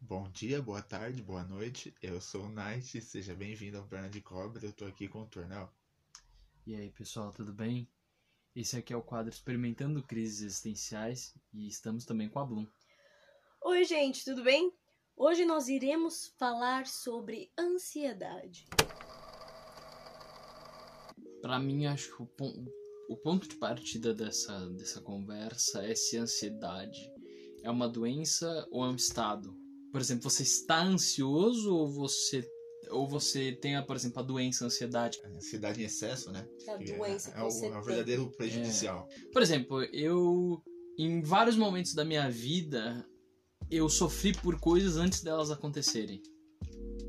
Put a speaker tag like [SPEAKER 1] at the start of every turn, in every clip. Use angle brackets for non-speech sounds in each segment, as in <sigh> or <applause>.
[SPEAKER 1] Bom dia, boa tarde, boa noite. Eu sou o Night, seja bem-vindo ao Perna de Cobra. Eu tô aqui com o Tornel.
[SPEAKER 2] E aí, pessoal, tudo bem? Esse aqui é o quadro Experimentando Crises Existenciais e estamos também com a Bloom.
[SPEAKER 3] Oi, gente, tudo bem? Hoje nós iremos falar sobre ansiedade.
[SPEAKER 2] Pra mim, acho que o, pon- o ponto de partida dessa, dessa conversa é se a ansiedade é uma doença ou é um estado. Por exemplo, você está ansioso ou você ou você tem, por exemplo, a doença a ansiedade.
[SPEAKER 1] A ansiedade é em excesso, né?
[SPEAKER 3] A
[SPEAKER 1] Que é-
[SPEAKER 3] doença que
[SPEAKER 1] é, o,
[SPEAKER 3] você
[SPEAKER 1] é o verdadeiro prejudicial.
[SPEAKER 2] Por exemplo, eu em vários momentos da minha vida eu sofri por coisas antes delas acontecerem.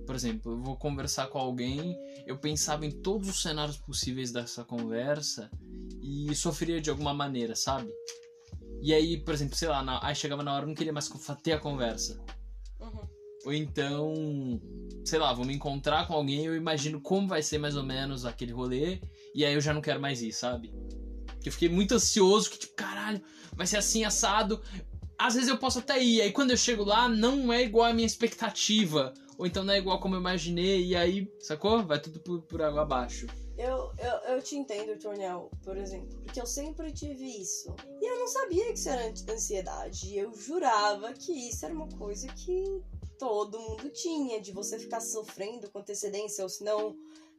[SPEAKER 2] Por exemplo, eu vou conversar com alguém, eu pensava em todos os cenários possíveis dessa conversa e sofria de alguma maneira, sabe? E aí, por exemplo, sei lá, na- aí chegava na hora eu não queria mais co- ter a conversa.
[SPEAKER 3] tem. Uhum.
[SPEAKER 2] Ou então, sei lá, vou me encontrar com alguém, eu imagino como vai ser mais ou menos aquele rolê, e aí eu já não quero mais ir, sabe? Porque eu fiquei muito ansioso, que tipo, caralho, vai ser assim, assado. Às vezes eu posso até ir, aí quando eu chego lá, não é igual a minha expectativa. Ou então não é igual como eu imaginei, e aí, sacou? Vai tudo por, por água abaixo.
[SPEAKER 3] Eu, eu, eu te entendo, Tornel, por exemplo, porque eu sempre tive isso. E eu não sabia que isso era anti- ansiedade. Eu jurava que isso era uma coisa que todo mundo tinha, de você ficar sofrendo com antecedência, ou se não,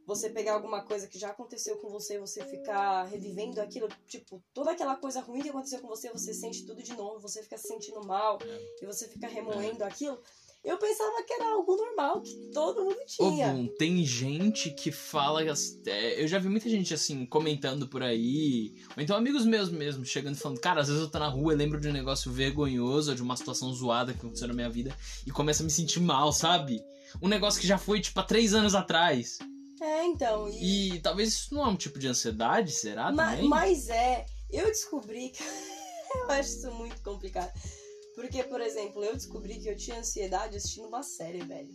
[SPEAKER 3] você pegar alguma coisa que já aconteceu com você, você ficar revivendo aquilo, tipo, toda aquela coisa ruim que aconteceu com você, você sente tudo de novo, você fica se sentindo mal, e você fica remoendo aquilo. Eu pensava que era algo normal, que todo mundo
[SPEAKER 2] Ô,
[SPEAKER 3] tinha.
[SPEAKER 2] Boom, tem gente que fala. que as- é, Eu já vi muita gente assim comentando por aí. Ou então amigos meus mesmo, chegando e falando, cara, às vezes eu tô na rua e lembro de um negócio vergonhoso, de uma situação zoada que aconteceu na minha vida, e começo a me sentir mal, sabe? Um negócio que já foi, tipo, há três anos atrás.
[SPEAKER 3] É, então. E,
[SPEAKER 2] E talvez isso não é um tipo de ansiedade, será?
[SPEAKER 3] Ma-
[SPEAKER 2] Ah, também?
[SPEAKER 3] Mas é, eu descobri que. <laughs> eu acho isso muito complicado. Porque, por exemplo, eu descobri que eu tinha ansiedade assistindo uma série, velho.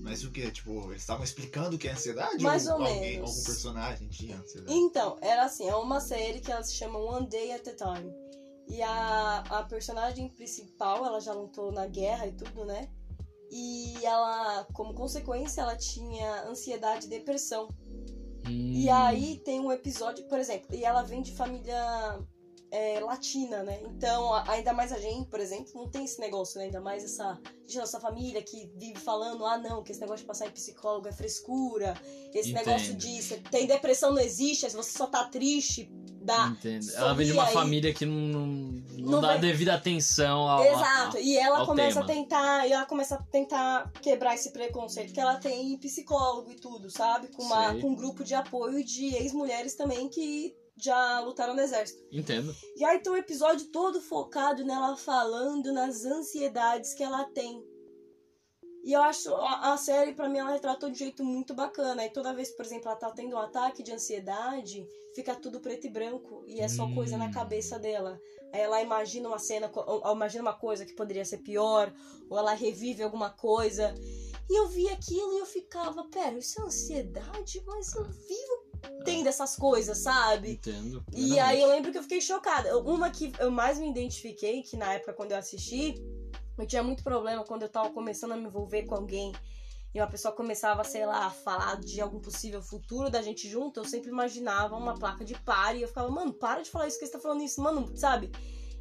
[SPEAKER 1] Mas o que? Tipo, eles estavam explicando o que é ansiedade?
[SPEAKER 3] Mais ou
[SPEAKER 1] alguém,
[SPEAKER 3] menos.
[SPEAKER 1] Algum personagem tinha ansiedade?
[SPEAKER 3] Então, era assim, é uma série que ela se chama One Day at a Time. E a, a personagem principal, ela já lutou na guerra e tudo, né? E ela, como consequência, ela tinha ansiedade e depressão.
[SPEAKER 2] Hum,
[SPEAKER 3] E aí tem um episódio, por exemplo, e ela vem de família é, latina, né? Então, a- ainda mais a gente, por exemplo, não tem esse negócio, né? Ainda mais essa gente da nossa família que vive falando, ah, não, que esse negócio de passar em psicólogo é frescura, esse
[SPEAKER 2] Entendo.
[SPEAKER 3] negócio de você tem depressão não existe, você só tá triste, dá.
[SPEAKER 2] Entendo.
[SPEAKER 3] sorri
[SPEAKER 2] Ela vem de uma
[SPEAKER 3] ah, aí.
[SPEAKER 2] família que não, não, não
[SPEAKER 3] Não
[SPEAKER 2] dá
[SPEAKER 3] vai-
[SPEAKER 2] devida atenção ao.
[SPEAKER 3] Exato. E ela
[SPEAKER 2] ao
[SPEAKER 3] começa
[SPEAKER 2] tema.
[SPEAKER 3] a tentar, e ela começa a tentar quebrar esse preconceito que ela tem em psicólogo e tudo, sabe? Com, uma-
[SPEAKER 2] Sei.
[SPEAKER 3] com um grupo de apoio de ex-mulheres também que já lutaram no exército.
[SPEAKER 2] Entendo.
[SPEAKER 3] E aí tem um episódio todo focado nela falando nas ansiedades que ela tem. E eu acho a, a série, pra mim, ela retratou de um jeito muito bacana. E toda vez, por exemplo, ela tá tendo um ataque de ansiedade, fica tudo preto e branco. E é só
[SPEAKER 2] Hum.
[SPEAKER 3] coisa na cabeça dela. Aí ela imagina uma cena, co- ou- ou imagina uma coisa que poderia ser pior, ou ela revive alguma coisa. E eu vi aquilo e eu ficava, pera, isso é ansiedade? Mas eu vivo tendo essas coisas, sabe?
[SPEAKER 2] Entendo.
[SPEAKER 3] E aí eu lembro que eu fiquei chocada. Uma que eu mais me identifiquei, que na época quando eu assisti, eu tinha muito problema quando eu tava começando a me envolver com alguém. E uma pessoa começava, sei lá, a falar de algum possível futuro da gente junto, eu sempre imaginava uma placa de pare. E eu ficava, mano, para de falar isso, que você tá falando isso, mano, sabe?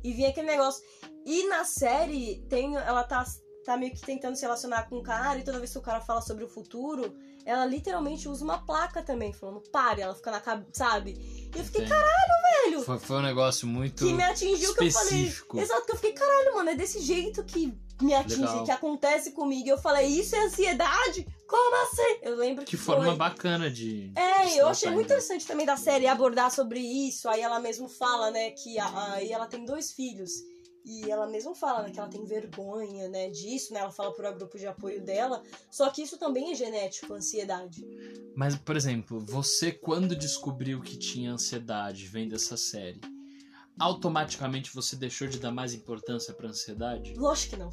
[SPEAKER 3] E vinha aquele negócio. E na série, tem, ela tá, tá meio que tentando se relacionar com o cara, e toda vez que o cara fala sobre o futuro, ela literalmente usa uma placa também, falando, pare, ela fica na cabeça, sabe? E eu fiquei,
[SPEAKER 2] Entendo.
[SPEAKER 3] velho.
[SPEAKER 2] Foi, foi um negócio muito.
[SPEAKER 3] que me atingiu
[SPEAKER 2] específico.
[SPEAKER 3] que eu falei. Exato, que eu fiquei, caralho, mano, é desse jeito que me atinge,
[SPEAKER 2] Legal.
[SPEAKER 3] que acontece comigo. E Eu falei, isso é ansiedade? Como assim? Eu lembro que,
[SPEAKER 2] Que forma
[SPEAKER 3] foi.
[SPEAKER 2] bacana de. de
[SPEAKER 3] É, eu
[SPEAKER 2] tratar
[SPEAKER 3] achei muito
[SPEAKER 2] ainda.
[SPEAKER 3] interessante também da série abordar sobre isso. Aí ela mesmo fala, né, que a- aí ela tem dois filhos. E ela mesma fala né, que ela tem vergonha, né, disso, né? Ela fala pro grupo de apoio dela. Só que isso também é genético, ansiedade.
[SPEAKER 2] Mas, por exemplo, você quando descobriu que tinha ansiedade vendo essa série, automaticamente você deixou de dar mais importância pra ansiedade?
[SPEAKER 3] Lógico que não.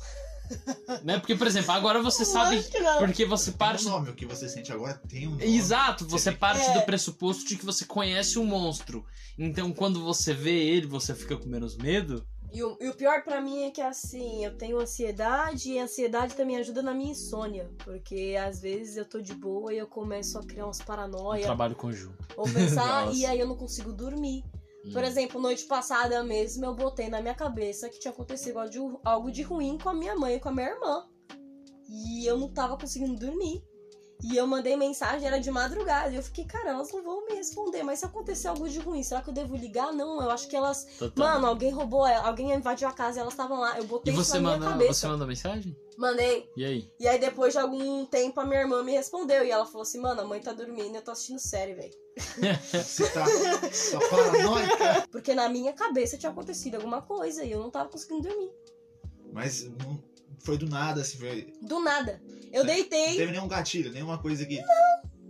[SPEAKER 2] né? Porque, por exemplo, agora você sabe.
[SPEAKER 3] Lógico que Ah. não.
[SPEAKER 2] Porque você parte.
[SPEAKER 1] Tem um nome, o que você sente agora tem um nome.
[SPEAKER 2] Exato, você
[SPEAKER 1] Sim.
[SPEAKER 2] parte
[SPEAKER 3] É.
[SPEAKER 2] do pressuposto de que você conhece um monstro. Então, quando você vê ele, você fica com menos medo.
[SPEAKER 3] E o, e o pior pra mim é que assim, eu tenho ansiedade e a ansiedade também ajuda na minha insônia. Porque às vezes eu tô de boa e eu começo a criar umas
[SPEAKER 2] Um
[SPEAKER 3] paranoia
[SPEAKER 2] trabalho conjunto.
[SPEAKER 3] ou pensar
[SPEAKER 2] <laughs> Nossa.
[SPEAKER 3] e aí eu não consigo dormir. Por
[SPEAKER 2] Hum.
[SPEAKER 3] exemplo, noite passada mesmo eu botei na minha cabeça que tinha acontecido algo de, algo de ruim com a minha mãe e com a minha irmã. E eu não tava conseguindo dormir. E eu mandei mensagem, era de madrugada. E eu fiquei, cara, elas não vão me responder. Mas se acontecer algo de ruim, será que eu devo ligar? Não, eu acho que elas.
[SPEAKER 2] Total.
[SPEAKER 3] Mano, alguém roubou, ela, alguém invadiu a casa e elas estavam lá. Eu
[SPEAKER 2] e
[SPEAKER 3] botei isso
[SPEAKER 2] você
[SPEAKER 3] na minha
[SPEAKER 2] manda,
[SPEAKER 3] cabeça.
[SPEAKER 2] você manda mensagem?
[SPEAKER 3] Mandei.
[SPEAKER 2] E aí?
[SPEAKER 3] E aí, depois de algum tempo, a minha irmã me respondeu. E ela falou assim: Mano, a mãe tá dormindo, eu tô assistindo série, velho.
[SPEAKER 1] Você tá só paranoica.
[SPEAKER 3] Porque na minha cabeça tinha acontecido alguma coisa e eu não tava conseguindo dormir.
[SPEAKER 1] Mas não foi do nada, assim, foi.
[SPEAKER 3] Do nada. Eu
[SPEAKER 1] Sim. Não
[SPEAKER 3] deitei.
[SPEAKER 1] teve nenhum gatilho, nenhuma coisa que.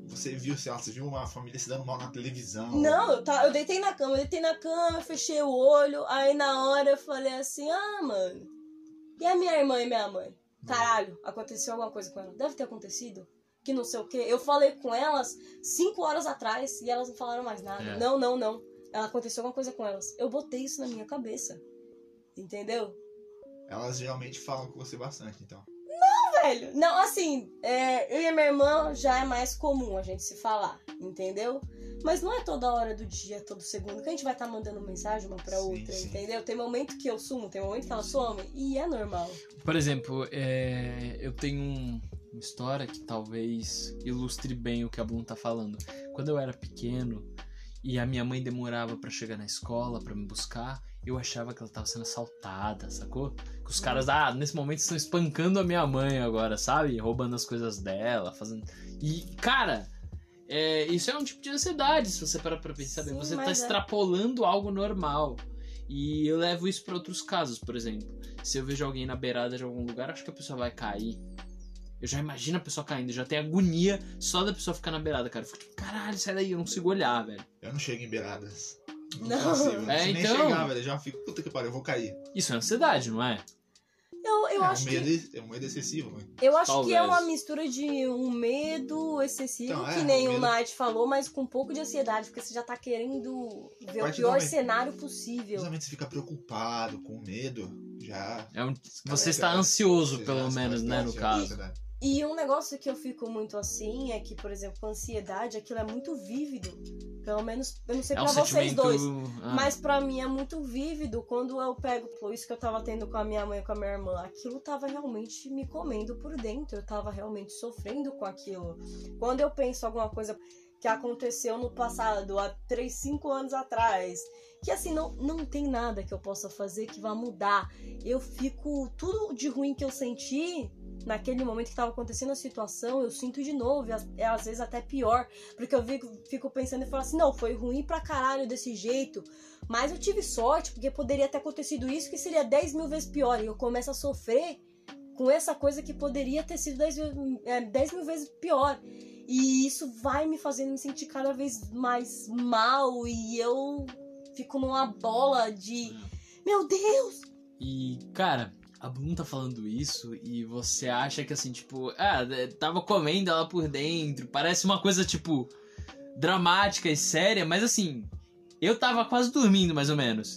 [SPEAKER 1] Você viu, sei lá, você viu uma família se dando mal na televisão.
[SPEAKER 3] Não, eu, tá, eu deitei na cama, eu deitei na cama, eu fechei o olho, aí na hora eu falei assim, ah, mano, e a minha irmã e minha mãe? Caralho, aconteceu alguma coisa com ela. Deve ter acontecido. Que não sei o quê. Eu falei com elas cinco horas atrás e elas não falaram mais nada.
[SPEAKER 2] É.
[SPEAKER 3] Não, não, não. Ela aconteceu alguma coisa com elas. Eu botei isso na minha cabeça. Entendeu?
[SPEAKER 1] Elas geralmente falam com você bastante, então.
[SPEAKER 3] Velho, não, assim, é, eu e a minha irmã já é mais comum a gente se falar, entendeu? Mas não é toda hora do dia, todo segundo, que a gente vai estar mandando mensagem uma pra
[SPEAKER 1] Sim,
[SPEAKER 3] outra,
[SPEAKER 1] sim. Uhum.
[SPEAKER 3] entendeu? Tem momento que eu sumo, tem momento que ela some, e é normal.
[SPEAKER 2] Por exemplo, é, eu tenho um- uma história que talvez ilustre bem o que a Bloom tá falando. Quando eu era pequeno e a minha mãe demorava pra chegar na escola pra me buscar, eu achava que ela tava sendo assaltada, sacou? Que os caras, ah, nesse momento estão espancando a minha mãe agora, sabe? Roubando as coisas dela, fazendo. E, cara. é, isso é um tipo de ansiedade, se você parar pra pensar bem.
[SPEAKER 3] Sim,
[SPEAKER 2] Você tá
[SPEAKER 3] mas é.
[SPEAKER 2] extrapolando algo normal. E eu levo isso pra outros casos, por exemplo. Se eu vejo alguém na beirada de algum lugar, acho que a pessoa vai cair. Eu já imagino a pessoa caindo, eu já tem agonia só da pessoa ficar na beirada, cara. Eu fico tipo, caralho, sai daí, eu não consigo olhar, velho.
[SPEAKER 1] Eu não chego em beiradas.
[SPEAKER 3] Não.
[SPEAKER 1] consigo, eu não
[SPEAKER 2] É,
[SPEAKER 1] consigo nem
[SPEAKER 2] então.
[SPEAKER 1] chegar, velho. Eu já fico, puta que pariu, eu vou cair.
[SPEAKER 2] Isso é ansiedade, não é?
[SPEAKER 3] Eu, eu
[SPEAKER 1] é, um
[SPEAKER 3] acho, que,
[SPEAKER 1] medo, é um medo excessivo, velho.
[SPEAKER 3] eu acho que é
[SPEAKER 2] Talvez.
[SPEAKER 3] uma mistura de um medo excessivo,
[SPEAKER 1] Então, é,
[SPEAKER 3] que nem
[SPEAKER 1] um
[SPEAKER 3] o
[SPEAKER 1] medo-
[SPEAKER 3] Night falou, mas com um pouco de ansiedade, porque você já tá querendo ver o
[SPEAKER 1] Parte do
[SPEAKER 3] pior
[SPEAKER 1] momento.
[SPEAKER 3] cenário possível.
[SPEAKER 1] Principalmente você fica preocupado, com medo, já.
[SPEAKER 2] é um... Você
[SPEAKER 1] Cara,
[SPEAKER 2] está
[SPEAKER 1] já-
[SPEAKER 2] ansioso,
[SPEAKER 1] você já
[SPEAKER 2] pelo menos,
[SPEAKER 1] está
[SPEAKER 2] né, no
[SPEAKER 1] ansioso,
[SPEAKER 2] caso.
[SPEAKER 1] né?
[SPEAKER 3] E um negócio que eu fico muito assim é que, por exemplo, com ansiedade, aquilo é muito vívido. Pelo menos, eu não sei
[SPEAKER 2] É um
[SPEAKER 3] pra vocês
[SPEAKER 2] sentimento.
[SPEAKER 3] dois.
[SPEAKER 2] ah,
[SPEAKER 3] Mas pra mim é muito vívido quando eu pego, pô, isso que eu tava tendo com a minha mãe e com a minha irmã. Aquilo tava realmente me comendo por dentro. Eu tava realmente sofrendo com aquilo. Quando eu penso alguma coisa que aconteceu no passado, há 3, 5 anos atrás, que assim, não, não tem nada que eu possa fazer que vá mudar. Eu fico. Tudo de ruim que eu senti. Naquele momento que tava acontecendo a situação, eu sinto de novo, e às- é às vezes até pior, porque eu fico- fico pensando e falo assim: não, foi ruim pra caralho desse jeito, mas eu tive sorte, porque poderia ter acontecido isso que seria 10 mil vezes pior. E eu começo a sofrer com essa coisa que poderia ter sido 10 mil, é, 10 mil vezes pior. E isso vai me fazendo me sentir cada vez mais mal. E eu fico numa bola de.
[SPEAKER 1] Hum.
[SPEAKER 3] Meu Deus!
[SPEAKER 2] E, cara, a Bloom tá falando isso e você acha que assim, tipo, ah, é, tava comendo ela por dentro. Parece uma coisa, tipo, dramática e séria, mas assim, eu tava quase dormindo, mais ou menos.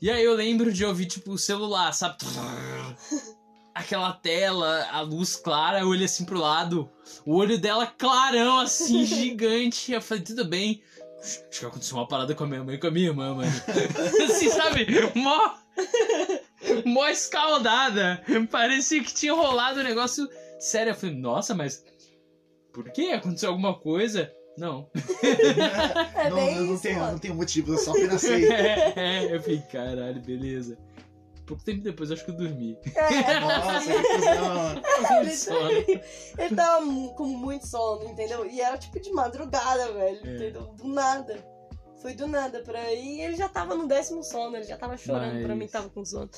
[SPEAKER 2] E aí eu lembro de ouvir, tipo, o celular, sabe? Aquela tela, a luz clara, eu olhei assim pro lado, o olho dela clarão, assim, gigante. Eu falei, tudo bem. Acho que aconteceu uma parada com a minha mãe e com a minha irmã, mano. assim, sabe? Mó mó escaldada. Parecia que tinha rolado um negócio sério. Eu falei, nossa, mas por que? Aconteceu alguma coisa? Não. <laughs>
[SPEAKER 3] É
[SPEAKER 1] não,
[SPEAKER 3] bem
[SPEAKER 1] eu não
[SPEAKER 3] isso,
[SPEAKER 1] tenho,
[SPEAKER 3] mano.
[SPEAKER 1] não tenho motivo, eu só apenas
[SPEAKER 3] <laughs>
[SPEAKER 1] sei.
[SPEAKER 2] É, eu falei, caralho, beleza. Pouco tempo depois, eu acho que
[SPEAKER 1] <laughs>
[SPEAKER 2] eu dormi.
[SPEAKER 3] É,
[SPEAKER 1] Nossa, que cuzão.
[SPEAKER 2] Com
[SPEAKER 3] Ele, tá
[SPEAKER 2] sono.
[SPEAKER 3] ele tava mu- com muito sono, entendeu? E era tipo de madrugada, velho.
[SPEAKER 2] É.
[SPEAKER 3] Entendeu? Do nada. Foi do nada pra aí. Ele já tava no décimo sono, ele já tava chorando pra
[SPEAKER 2] Mas-
[SPEAKER 3] mim, que tava com sono.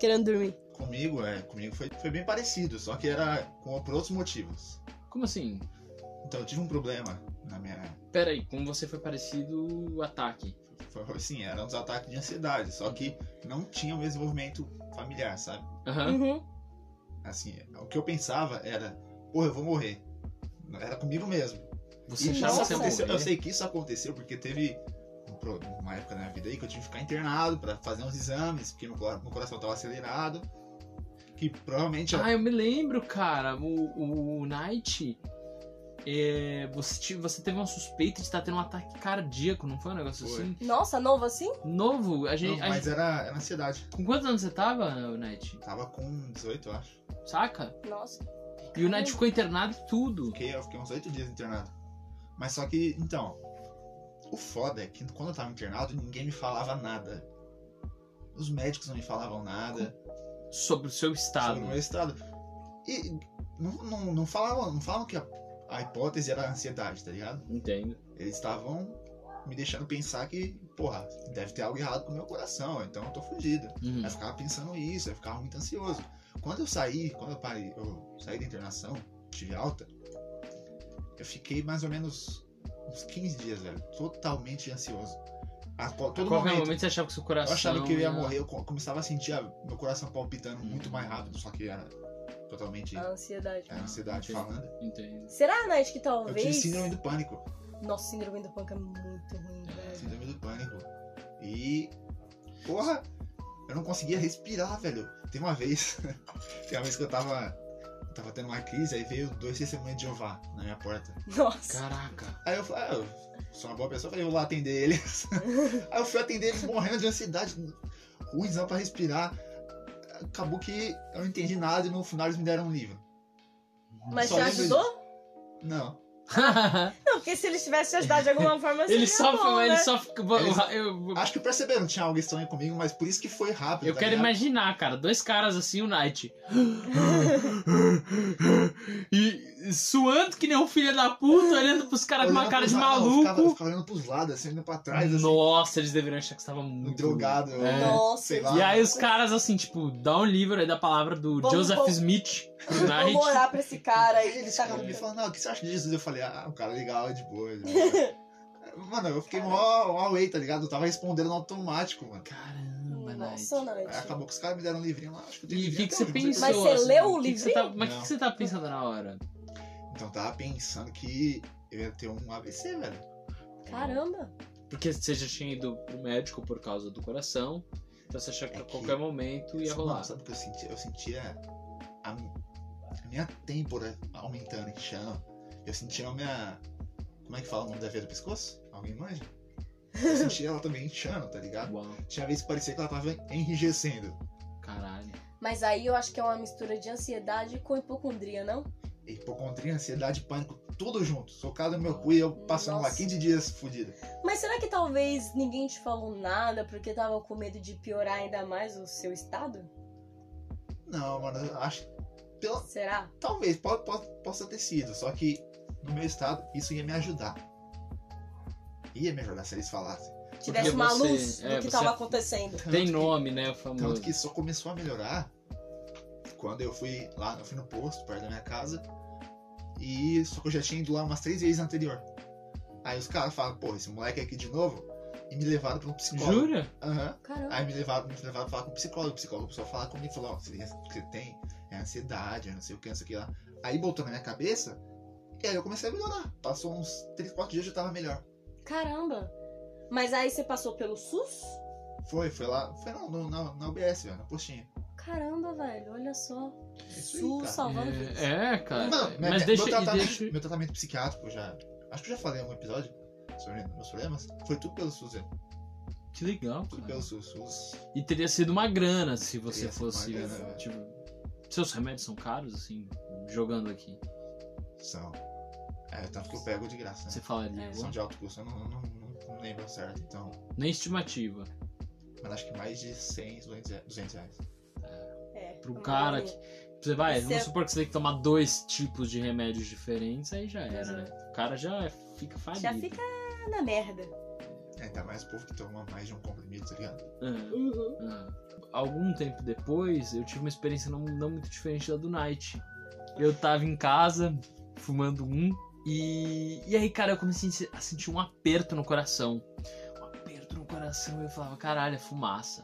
[SPEAKER 3] Querendo dormir.
[SPEAKER 1] Comigo, é, comigo foi, foi bem parecido, só que era com, por outros motivos.
[SPEAKER 2] Como assim?
[SPEAKER 1] Então eu tive um problema na minha.
[SPEAKER 2] Pera aí, como você foi parecido o ataque?
[SPEAKER 1] Foi assim, eram uns ataques de ansiedade, só que não tinha o mesmo envolvimento familiar, sabe?
[SPEAKER 2] Aham.
[SPEAKER 3] Uhum.
[SPEAKER 1] Assim, o que eu pensava era, porra, eu vou morrer. Era comigo mesmo.
[SPEAKER 2] Você
[SPEAKER 1] E isso
[SPEAKER 2] achava que você ia
[SPEAKER 1] aconteceu.
[SPEAKER 2] morrer?
[SPEAKER 1] Eu sei que isso aconteceu porque teve um pro- uma época da minha vida aí que eu tive que ficar internado pra fazer uns exames, porque meu, cora- meu coração tava acelerado. Que provavelmente.
[SPEAKER 2] Ah, eu me lembro, cara. O, o Knight. é, você, te- você teve uma suspeita de estar tendo um ataque cardíaco, não foi um negócio
[SPEAKER 1] Foi.
[SPEAKER 2] assim?
[SPEAKER 3] Nossa, novo assim?
[SPEAKER 2] Novo, a
[SPEAKER 1] Não,
[SPEAKER 2] gente. a
[SPEAKER 1] mas é
[SPEAKER 2] gente-
[SPEAKER 1] era, era ansiedade.
[SPEAKER 2] Com quantos anos você tava, Knight?
[SPEAKER 1] Tava com 18, eu acho.
[SPEAKER 2] Saca?
[SPEAKER 3] Nossa.
[SPEAKER 2] E o Knight ficou internado e tudo.
[SPEAKER 1] Fiquei, eu fiquei uns 8 dias internado. Mas só que, então. O foda é que quando eu tava internado, ninguém me falava nada. Os médicos não me falavam nada.
[SPEAKER 2] Sobre o seu estado.
[SPEAKER 1] sobre o meu estado. E não, não, não falavam, não falavam que a, a hipótese era a ansiedade, tá ligado?
[SPEAKER 2] Entendo.
[SPEAKER 1] Eles estavam me deixando pensar que, porra, deve ter algo errado com o meu coração, então eu tô fudido.
[SPEAKER 2] Uhum.
[SPEAKER 1] Eu ficava pensando isso, eu ficava muito ansioso. Quando eu saí, quando eu, parei, eu saí da internação, tive alta, eu fiquei mais ou menos uns 15 dias, velho, totalmente ansioso. A, qual-
[SPEAKER 2] A
[SPEAKER 1] todo
[SPEAKER 2] qualquer
[SPEAKER 1] momento,
[SPEAKER 2] momento, você achava que seu coração.
[SPEAKER 1] eu achava que eu ia
[SPEAKER 2] né?
[SPEAKER 1] morrer, eu co- começava a sentir a- meu coração palpitando muito mais rápido, só que era totalmente
[SPEAKER 3] A
[SPEAKER 1] era
[SPEAKER 3] ansiedade.
[SPEAKER 1] ansiedade
[SPEAKER 2] entendi.
[SPEAKER 1] falando.
[SPEAKER 2] Entendo.
[SPEAKER 3] Será, Nath, que
[SPEAKER 1] Eu
[SPEAKER 3] talvez.
[SPEAKER 1] tive síndrome do pânico.
[SPEAKER 3] Nossa, síndrome do punk é muito ruim, velho.
[SPEAKER 1] Síndrome do pânico. E. Porra! Eu não conseguia respirar, velho. Tem uma vez. <laughs> tem uma vez que eu tava. eu tava tendo uma crise, aí veio dois testemunhas de Jeová na minha porta.
[SPEAKER 3] Nossa.
[SPEAKER 2] Caraca.
[SPEAKER 1] Aí eu falei, ah, eu sou uma boa pessoa, falei, eu vou lá atender eles. <laughs> Aí eu fui atender eles morrendo de ansiedade, ruimzão pra respirar. Acabou que eu não entendi nada e no final eles me deram um livro.
[SPEAKER 3] Mas
[SPEAKER 1] Só
[SPEAKER 3] te
[SPEAKER 1] lembro disso.
[SPEAKER 3] ajudou?
[SPEAKER 1] Não.
[SPEAKER 3] Não, porque se eles tivessem te ajudado de alguma forma,
[SPEAKER 2] <laughs> ele
[SPEAKER 3] seria
[SPEAKER 2] só.
[SPEAKER 3] bom,
[SPEAKER 2] ele
[SPEAKER 3] né?
[SPEAKER 2] só fica- eu- eu-
[SPEAKER 1] Acho que perceberam que tinha algo estranho comigo, mas por isso que foi rápido.
[SPEAKER 2] Eu
[SPEAKER 1] tá
[SPEAKER 2] quero
[SPEAKER 1] ligado?
[SPEAKER 2] imaginar, cara, dois caras assim, o
[SPEAKER 1] <laughs>
[SPEAKER 2] Knight. e suando que nem um filho da puta, olhando pros caras com
[SPEAKER 1] Olhando
[SPEAKER 2] uma cara
[SPEAKER 1] pros
[SPEAKER 2] de
[SPEAKER 1] lados, Eu ficava, eu
[SPEAKER 2] maluco.
[SPEAKER 1] ficava olhando pros lados, assim, olhando pra trás, assim,
[SPEAKER 2] Nossa, eles deveriam achar que você tava muito.
[SPEAKER 1] drogado. né?
[SPEAKER 2] É.
[SPEAKER 3] Nossa.
[SPEAKER 1] Sei lá.
[SPEAKER 2] E aí os caras, assim, tipo, dá um livro aí da palavra do
[SPEAKER 3] Vamos-
[SPEAKER 2] Joseph
[SPEAKER 3] vamos-
[SPEAKER 2] Smith pro
[SPEAKER 3] Vou
[SPEAKER 2] Knight.
[SPEAKER 3] morar pra esse cara aí.
[SPEAKER 1] Aí eles
[SPEAKER 3] tá
[SPEAKER 1] ficavam me
[SPEAKER 3] com-
[SPEAKER 1] falando, não, o que você acha de Jesus? Eu falei, ah, um cara legal, é de boa. de
[SPEAKER 3] <laughs>
[SPEAKER 1] boa." Mano, eu fiquei mó, mó away, tá ligado? Eu tava respondendo no automático, mano.
[SPEAKER 2] Caramba, Knight.
[SPEAKER 3] Nossa,
[SPEAKER 1] Aí
[SPEAKER 3] Nath.
[SPEAKER 1] acabou que os caras me deram um livrinho lá, acho que eu tenho
[SPEAKER 2] E o
[SPEAKER 1] livrinho
[SPEAKER 2] que, que
[SPEAKER 1] até
[SPEAKER 2] você
[SPEAKER 1] hoje, não
[SPEAKER 2] pensou?
[SPEAKER 1] sei
[SPEAKER 3] Mas
[SPEAKER 1] se-
[SPEAKER 3] você
[SPEAKER 2] assim?
[SPEAKER 3] leu o
[SPEAKER 2] O que que você
[SPEAKER 3] livrinho?
[SPEAKER 2] tá- Mas o que
[SPEAKER 1] Não.
[SPEAKER 2] que você tá pensando na hora?
[SPEAKER 1] Então eu tava pensando que eu ia ter um AVC, velho.
[SPEAKER 3] Caramba.
[SPEAKER 2] Porque você já tinha ido pro médico por causa do coração. Então você achou que
[SPEAKER 1] É
[SPEAKER 2] a
[SPEAKER 1] que- é
[SPEAKER 2] qualquer momento ia
[SPEAKER 1] Sabe-
[SPEAKER 2] rolar.
[SPEAKER 1] mano, sabe o que eu sentia? Eu sentia a, mi- a minha têmpora aumentando, inchando. Eu sentia a minha. Como é que fala o nome da veia do pescoço? Alguém manja? Eu sentia ela também inchando, tá ligado?
[SPEAKER 2] Uau,
[SPEAKER 1] Tinha vezes que parecia que ela tava enrijecendo.
[SPEAKER 2] caralho.
[SPEAKER 3] Mas aí eu acho que é uma mistura de ansiedade com hipocondria, não?
[SPEAKER 1] Hipocondria, ansiedade, pânico, tudo junto. Socado no meu cu e eu passando lá
[SPEAKER 3] Nossa.
[SPEAKER 1] 15 dias fudido.
[SPEAKER 3] Mas será que talvez ninguém te falou nada porque tava com medo de piorar ainda mais o seu estado?
[SPEAKER 1] Não, mano, eu acho. Pela...
[SPEAKER 3] Será?
[SPEAKER 1] Talvez, po- po- possa ter sido. Só que no meu estado, isso ia me ajudar. Ia me ajudar se eles falassem.
[SPEAKER 3] Te desse uma
[SPEAKER 2] você-
[SPEAKER 3] luz
[SPEAKER 2] é,
[SPEAKER 3] do que
[SPEAKER 2] você-
[SPEAKER 3] tava acontecendo.
[SPEAKER 1] Tanto
[SPEAKER 2] Tem
[SPEAKER 1] que-
[SPEAKER 2] nome, né? O
[SPEAKER 1] Tanto
[SPEAKER 2] famoso.
[SPEAKER 1] que só começou a melhorar quando eu fui lá, eu fui no posto, perto da minha casa. E só que eu já tinha ido lá umas três vezes anterior. Aí os caras falam, porra, esse moleque é aqui de novo. E me levaram pra um psicólogo.
[SPEAKER 2] Jura?
[SPEAKER 1] Aham.
[SPEAKER 3] Caramba.
[SPEAKER 1] Aí me levaram, me levaram pra falar com o psicólogo. O psicólogo começou a falar comigo, falou, ó, o que você tem é ansiedade, é não sei o que, não sei o que lá. Aí botou na minha cabeça, e aí eu comecei a melhorar. Passou uns 3, 4 dias eu já tava melhor.
[SPEAKER 3] Caramba. Mas aí você passou pelo SUS?
[SPEAKER 1] Foi, foi lá, foi não, no- na, na UBS, velho, na postinha.
[SPEAKER 3] Caramba, velho, olha só.
[SPEAKER 1] É isso aí,
[SPEAKER 3] SUS
[SPEAKER 1] cara.
[SPEAKER 3] salvando vidas.
[SPEAKER 2] É, é, cara.
[SPEAKER 1] Mano,
[SPEAKER 2] mas
[SPEAKER 1] meu,
[SPEAKER 2] deixa,
[SPEAKER 1] meu,
[SPEAKER 2] e
[SPEAKER 1] tratamento,
[SPEAKER 2] deixa.
[SPEAKER 1] meu tratamento psiquiátrico, eu já. Acho que eu já falei em algum episódio sobre meus problemas. Foi tudo pelo SUS, velho.
[SPEAKER 2] Que legal,
[SPEAKER 1] Tudo
[SPEAKER 2] cara.
[SPEAKER 1] pelo SUS. SUS.
[SPEAKER 2] E teria sido uma grana se você
[SPEAKER 1] Teria sido uma
[SPEAKER 2] fosse.
[SPEAKER 1] grana,
[SPEAKER 2] tipo, seus remédios são caros, assim, jogando aqui.
[SPEAKER 1] São. É, tanto que eu pego de graça,
[SPEAKER 2] Você
[SPEAKER 1] né?
[SPEAKER 2] falaria.
[SPEAKER 3] É.
[SPEAKER 1] São de alto custo, eu não, não, não, não lembro ao certo, então.
[SPEAKER 2] Nem estimativa.
[SPEAKER 1] Mas acho que mais de 100, 200 re- 200 reais.
[SPEAKER 3] É,
[SPEAKER 2] Pro
[SPEAKER 3] uma
[SPEAKER 2] cara que.
[SPEAKER 3] bolinha.
[SPEAKER 2] Você vai,
[SPEAKER 3] Você-
[SPEAKER 2] vamos supor que você tem que tomar dois tipos de remédios diferentes, aí já era,
[SPEAKER 3] Exato.
[SPEAKER 2] né? O cara já é- fica falido.
[SPEAKER 3] Já fica na merda.
[SPEAKER 1] É, ainda mais o povo que toma mais de um comprimido, tá ligado?
[SPEAKER 2] É.
[SPEAKER 3] Uhum.
[SPEAKER 2] Ah, Algum tempo depois, eu tive uma experiência não, não muito diferente da do Night. Eu tava em casa, fumando um, e, e aí, cara, eu comecei a se- a sentir um aperto no coração. Um aperto no coração, e eu falava, caralho, é fumaça.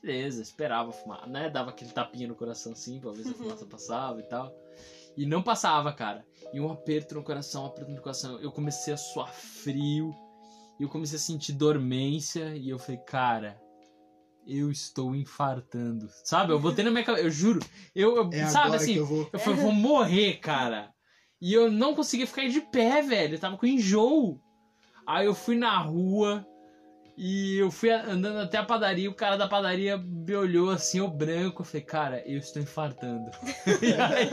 [SPEAKER 2] Beleza, esperava fumar, né? Dava aquele tapinha no coração assim, pra ver se a fumaça passava e tal. E não passava, cara. E um aperto no coração, um aperto no coração. Eu comecei a suar frio. E eu comecei a sentir dormência e eu falei, cara, eu estou infartando. Sabe? Eu botei na minha cabeça, eu juro. Eu, eu-
[SPEAKER 1] É
[SPEAKER 2] sabe
[SPEAKER 1] agora
[SPEAKER 2] assim,
[SPEAKER 1] que
[SPEAKER 2] eu...
[SPEAKER 1] eu
[SPEAKER 2] <laughs>
[SPEAKER 1] vou.
[SPEAKER 2] falei, vou morrer, cara. E eu não conseguia ficar de pé, velho. Eu tava com enjoo. Aí eu fui na rua e eu fui andando até a padaria. O cara da padaria me olhou assim, eu branco. Eu falei, cara, eu estou infartando. <laughs> e aí.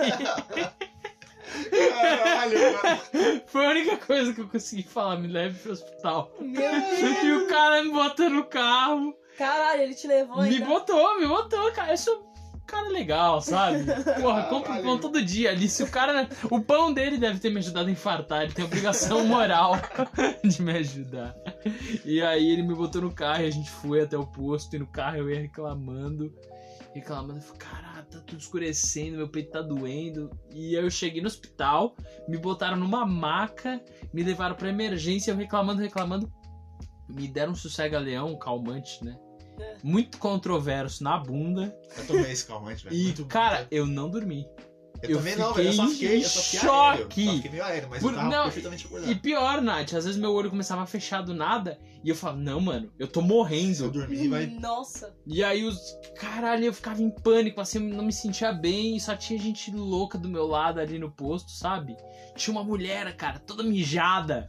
[SPEAKER 1] Caralho, mano.
[SPEAKER 2] Foi a única coisa que eu consegui falar, me leve pro hospital.
[SPEAKER 3] Meu
[SPEAKER 2] E o cara me botou no carro,
[SPEAKER 3] Caralho, ele te levou
[SPEAKER 2] me
[SPEAKER 3] ainda.
[SPEAKER 2] botou, me botou, cara. Isso é um cara legal, sabe? Porra, compra
[SPEAKER 1] Caralho.
[SPEAKER 2] pão todo dia ali. Se o cara. O pão dele deve ter me ajudado a infartar, ele tem obrigação <laughs> moral de me ajudar. E aí ele me botou no carro e a gente foi até o posto e no carro eu ia reclamando. Reclamando, eu falei, caralho, tá tudo escurecendo, meu peito tá doendo. E aí eu cheguei no hospital, me botaram numa maca, me levaram pra emergência, eu reclamando, reclamando. Me deram um sossega-leão, um calmante, né?
[SPEAKER 3] É.
[SPEAKER 2] Muito controverso na bunda.
[SPEAKER 1] Eu tomei esse calmante, velho.
[SPEAKER 2] E,
[SPEAKER 1] É Muito- né?
[SPEAKER 2] cara, eu não dormi.
[SPEAKER 1] eu,
[SPEAKER 2] eu
[SPEAKER 1] também não,
[SPEAKER 2] fiquei
[SPEAKER 1] velho. Eu só fiquei.
[SPEAKER 2] em
[SPEAKER 1] Eu só fiquei aéreo.
[SPEAKER 2] choque.
[SPEAKER 1] Só fiquei meio aéreo, mas
[SPEAKER 2] Por-
[SPEAKER 1] eu tava
[SPEAKER 2] não,
[SPEAKER 1] perfeitamente acordado.
[SPEAKER 2] E pior, Nath, às vezes meu olho começava a fechar do nada e eu falava, não, mano, eu tô
[SPEAKER 1] Se eu
[SPEAKER 2] morrendo.
[SPEAKER 1] dormir, vai.
[SPEAKER 2] Hum.
[SPEAKER 3] Nossa.
[SPEAKER 2] E aí os. Caralho, eu ficava em pânico, assim, eu não me sentia bem, e só tinha gente louca do meu lado ali no posto, sabe? Tinha uma mulher, cara, toda mijada.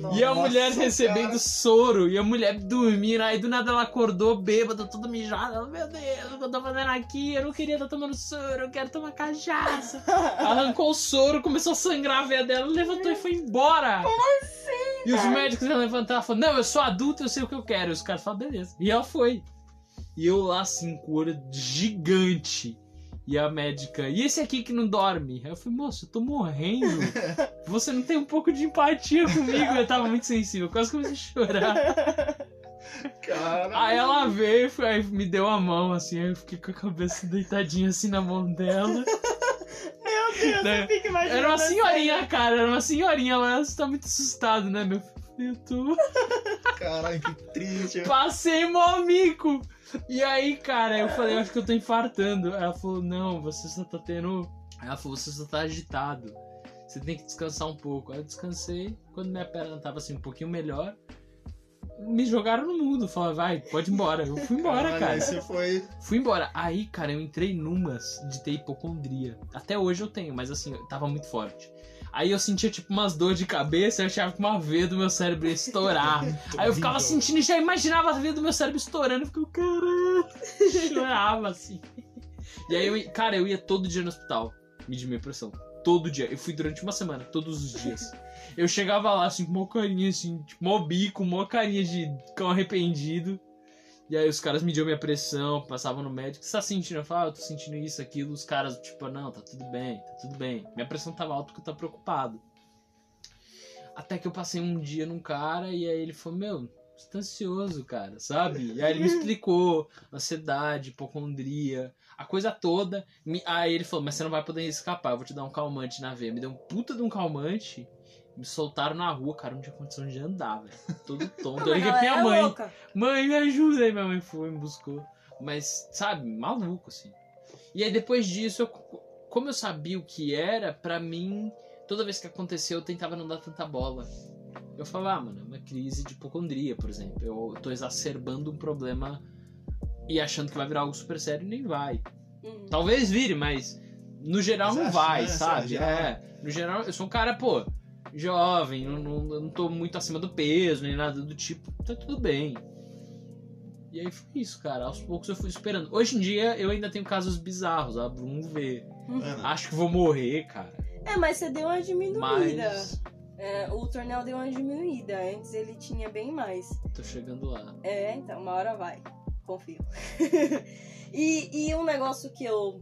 [SPEAKER 3] Nossa.
[SPEAKER 2] e a mulher
[SPEAKER 1] Nossa,
[SPEAKER 2] recebendo
[SPEAKER 1] cara.
[SPEAKER 2] soro, e a mulher dormindo, aí do nada ela acordou bêbada, toda mijada. Ela, meu Deus, o que eu tô fazendo aqui? Eu não queria estar tomando soro, eu quero tomar cachaça. Arrancou o soro, começou a sangrar a veia dela, levantou e foi embora. Como assim? E os
[SPEAKER 3] cara?
[SPEAKER 2] médicos iam levantar e falaram: Não, eu sou adulto, eu sei o que eu quero. E os caras falaram: Beleza. E ela foi. E eu lá, assim, com o olho gigante. E a médica: E esse aqui que não dorme? Aí eu falei: Moço, eu tô morrendo. Você não tem um pouco de empatia comigo. Eu tava muito sensível, quase comecei a chorar.
[SPEAKER 1] Cara.
[SPEAKER 2] Aí ela veio, foi- aí me deu a mão, assim, aí eu fiquei com a cabeça deitadinha assim na mão dela.
[SPEAKER 3] Meu Deus,
[SPEAKER 2] Né?
[SPEAKER 3] eu fico imaginando.
[SPEAKER 2] Era uma
[SPEAKER 3] essa
[SPEAKER 2] senhorinha, cara, era uma senhorinha, ela tá muito assustado, né, meu filho? Eu tô...
[SPEAKER 1] Caralho, que triste.
[SPEAKER 2] Passei mó mico! E aí, cara, eu falei, acho que eu tô infartando. Ela falou, não, você só tá tendo. Ela falou, você só tá agitado. Você tem que descansar um pouco. Aí eu descansei, quando minha perna tava assim um pouquinho melhor, me jogaram no mundo. Falaram, vai, pode ir embora. Eu fui embora,
[SPEAKER 1] Caralho,
[SPEAKER 2] cara.
[SPEAKER 1] Esse foi.
[SPEAKER 2] Fui embora. Aí, cara, eu entrei numas de ter hipocondria. Até hoje eu tenho, mas assim, eu tava muito forte. Aí eu sentia, tipo, umas dores de cabeça, eu achava que uma veia do meu cérebro ia estourar. Aí eu ficava sentindo e já imaginava a veia do meu cérebro estourando. Eu ficava, caralho, <laughs> chorava assim. E aí, eu, ia- cara, eu ia todo dia no hospital medir minha pressão. Todo dia. Eu fui durante uma semana, todos os dias. Eu chegava lá, assim, com mó carinha, assim, tipo, mó bico, mó carinha de cão arrependido. E aí os caras mediam minha pressão, passavam no médico. O que você tá sentindo? Eu falava, ah, eu tô sentindo isso, aquilo. Os caras, tipo, não, tá tudo bem, tá tudo bem. Minha pressão tava alta porque eu tava preocupado. Até que eu passei um dia num cara e aí ele falou, meu, você tá ansioso, cara, sabe? E aí ele me explicou, ansiedade, hipocondria, a coisa toda. Me- Aí ele falou, mas você não vai poder escapar, eu vou te dar um calmante na veia. Me deu um puta de um calmante, me soltaram na rua, cara, não tinha condição de andar, velho. Todo tonto. eu
[SPEAKER 3] mas é
[SPEAKER 2] liguei
[SPEAKER 3] ela
[SPEAKER 2] pra minha
[SPEAKER 3] era
[SPEAKER 2] mãe.
[SPEAKER 3] louca.
[SPEAKER 2] Mãe, me ajuda! Aí minha mãe foi, me buscou. Mas, sabe, maluco, assim. E aí depois disso, eu, como eu sabia o que era, pra mim, toda vez que aconteceu, eu tentava não dar tanta bola. Eu falava, ah, mano, é uma crise de hipocondria, por exemplo. Eu tô exacerbando um problema e achando que vai virar algo super sério e nem vai.
[SPEAKER 3] Hum.
[SPEAKER 2] Talvez vire, mas no geral
[SPEAKER 1] Mas
[SPEAKER 2] não
[SPEAKER 1] acho,
[SPEAKER 2] vai,
[SPEAKER 1] né,
[SPEAKER 2] sabe?
[SPEAKER 1] sabe, geral.
[SPEAKER 2] É, no geral eu sou um cara, pô, jovem, não, não, eu não tô muito acima do peso, nem nada do tipo, tá tudo bem. E aí foi isso, cara. Aos poucos eu fui esperando. Hoje em dia eu ainda tenho casos bizarros, ah, vamos ver.
[SPEAKER 1] Ana,
[SPEAKER 2] Acho que vou morrer, cara.
[SPEAKER 3] É, mas você deu uma diminuída.
[SPEAKER 2] Mas
[SPEAKER 3] É, o tornel deu uma diminuída. Antes ele tinha bem mais.
[SPEAKER 2] tô chegando lá.
[SPEAKER 3] É, então uma hora vai. Confio. <laughs> e, e um negócio que eu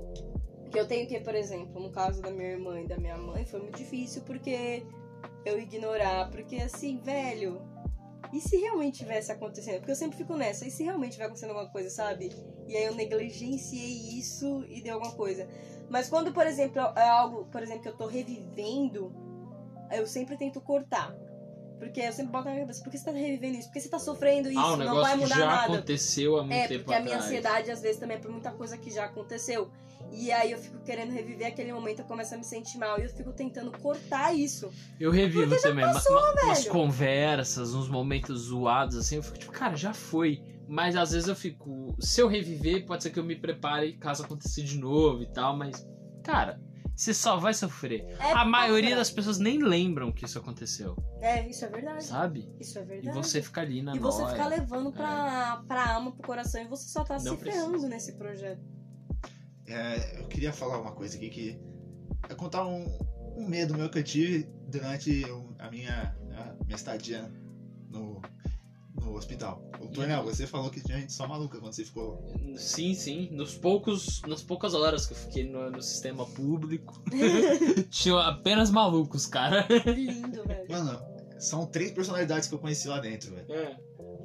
[SPEAKER 3] que eu tenho que, por exemplo, no caso da minha irmã e da minha mãe, foi muito difícil porque eu ignorar, porque assim, velho, e se realmente tivesse acontecendo? Porque eu sempre fico nessa, e se realmente tiver acontecendo alguma coisa, sabe? E aí eu negligenciei isso e deu alguma coisa. Mas quando, por exemplo, é algo, por exemplo, que eu tô revivendo, eu sempre tento cortar. Porque eu sempre boto na minha cabeça, por que você tá revivendo isso? Por que você tá sofrendo isso?
[SPEAKER 2] ah, um
[SPEAKER 3] Não vai
[SPEAKER 2] negócio que
[SPEAKER 3] mudar
[SPEAKER 2] já
[SPEAKER 3] nada.
[SPEAKER 1] um
[SPEAKER 2] aconteceu há muito
[SPEAKER 3] É,
[SPEAKER 2] tempo
[SPEAKER 3] porque a minha
[SPEAKER 2] atrás.
[SPEAKER 3] ansiedade às vezes também é por muita coisa que já aconteceu. E aí eu fico querendo reviver aquele momento, eu começo a me sentir mal. E eu fico tentando cortar isso.
[SPEAKER 2] Eu revivo
[SPEAKER 3] Porque já
[SPEAKER 2] também.
[SPEAKER 3] passou,
[SPEAKER 2] ma- ma- umas
[SPEAKER 3] velho.
[SPEAKER 2] conversas, uns momentos zoados, assim, eu fico tipo, cara, já foi. Mas às vezes eu fico. Se eu reviver, pode ser que eu me prepare caso acontecer de novo e tal, mas. Cara, você só vai sofrer.
[SPEAKER 3] É
[SPEAKER 2] A maioria
[SPEAKER 3] pra-
[SPEAKER 2] das pessoas nem lembram que isso aconteceu,
[SPEAKER 3] É, isso é verdade.
[SPEAKER 2] sabe?
[SPEAKER 3] Isso é
[SPEAKER 2] E
[SPEAKER 3] verdade.
[SPEAKER 2] você fica ali na
[SPEAKER 3] E você
[SPEAKER 2] noia.
[SPEAKER 3] ficar levando pra, pra alma, pro coração, e você só tá
[SPEAKER 2] Não
[SPEAKER 3] se
[SPEAKER 2] precisa.
[SPEAKER 3] ferrando nesse projeto.
[SPEAKER 1] <laughs> É, eu queria falar uma coisa aqui que. É contar um, um medo meu que eu tive durante o- a minha, a minha estadia no, no hospital. O Tornel, você falou que tinha gente só maluca quando você ficou.
[SPEAKER 2] É, Sim, sim. Nos poucos, nas poucas horas que eu fiquei no, no sistema público,
[SPEAKER 3] <laughs>
[SPEAKER 2] <laughs> tinha apenas malucos, cara.
[SPEAKER 3] Que Lindo, velho.
[SPEAKER 1] Mano, são três personalidades que eu conheci lá dentro, velho.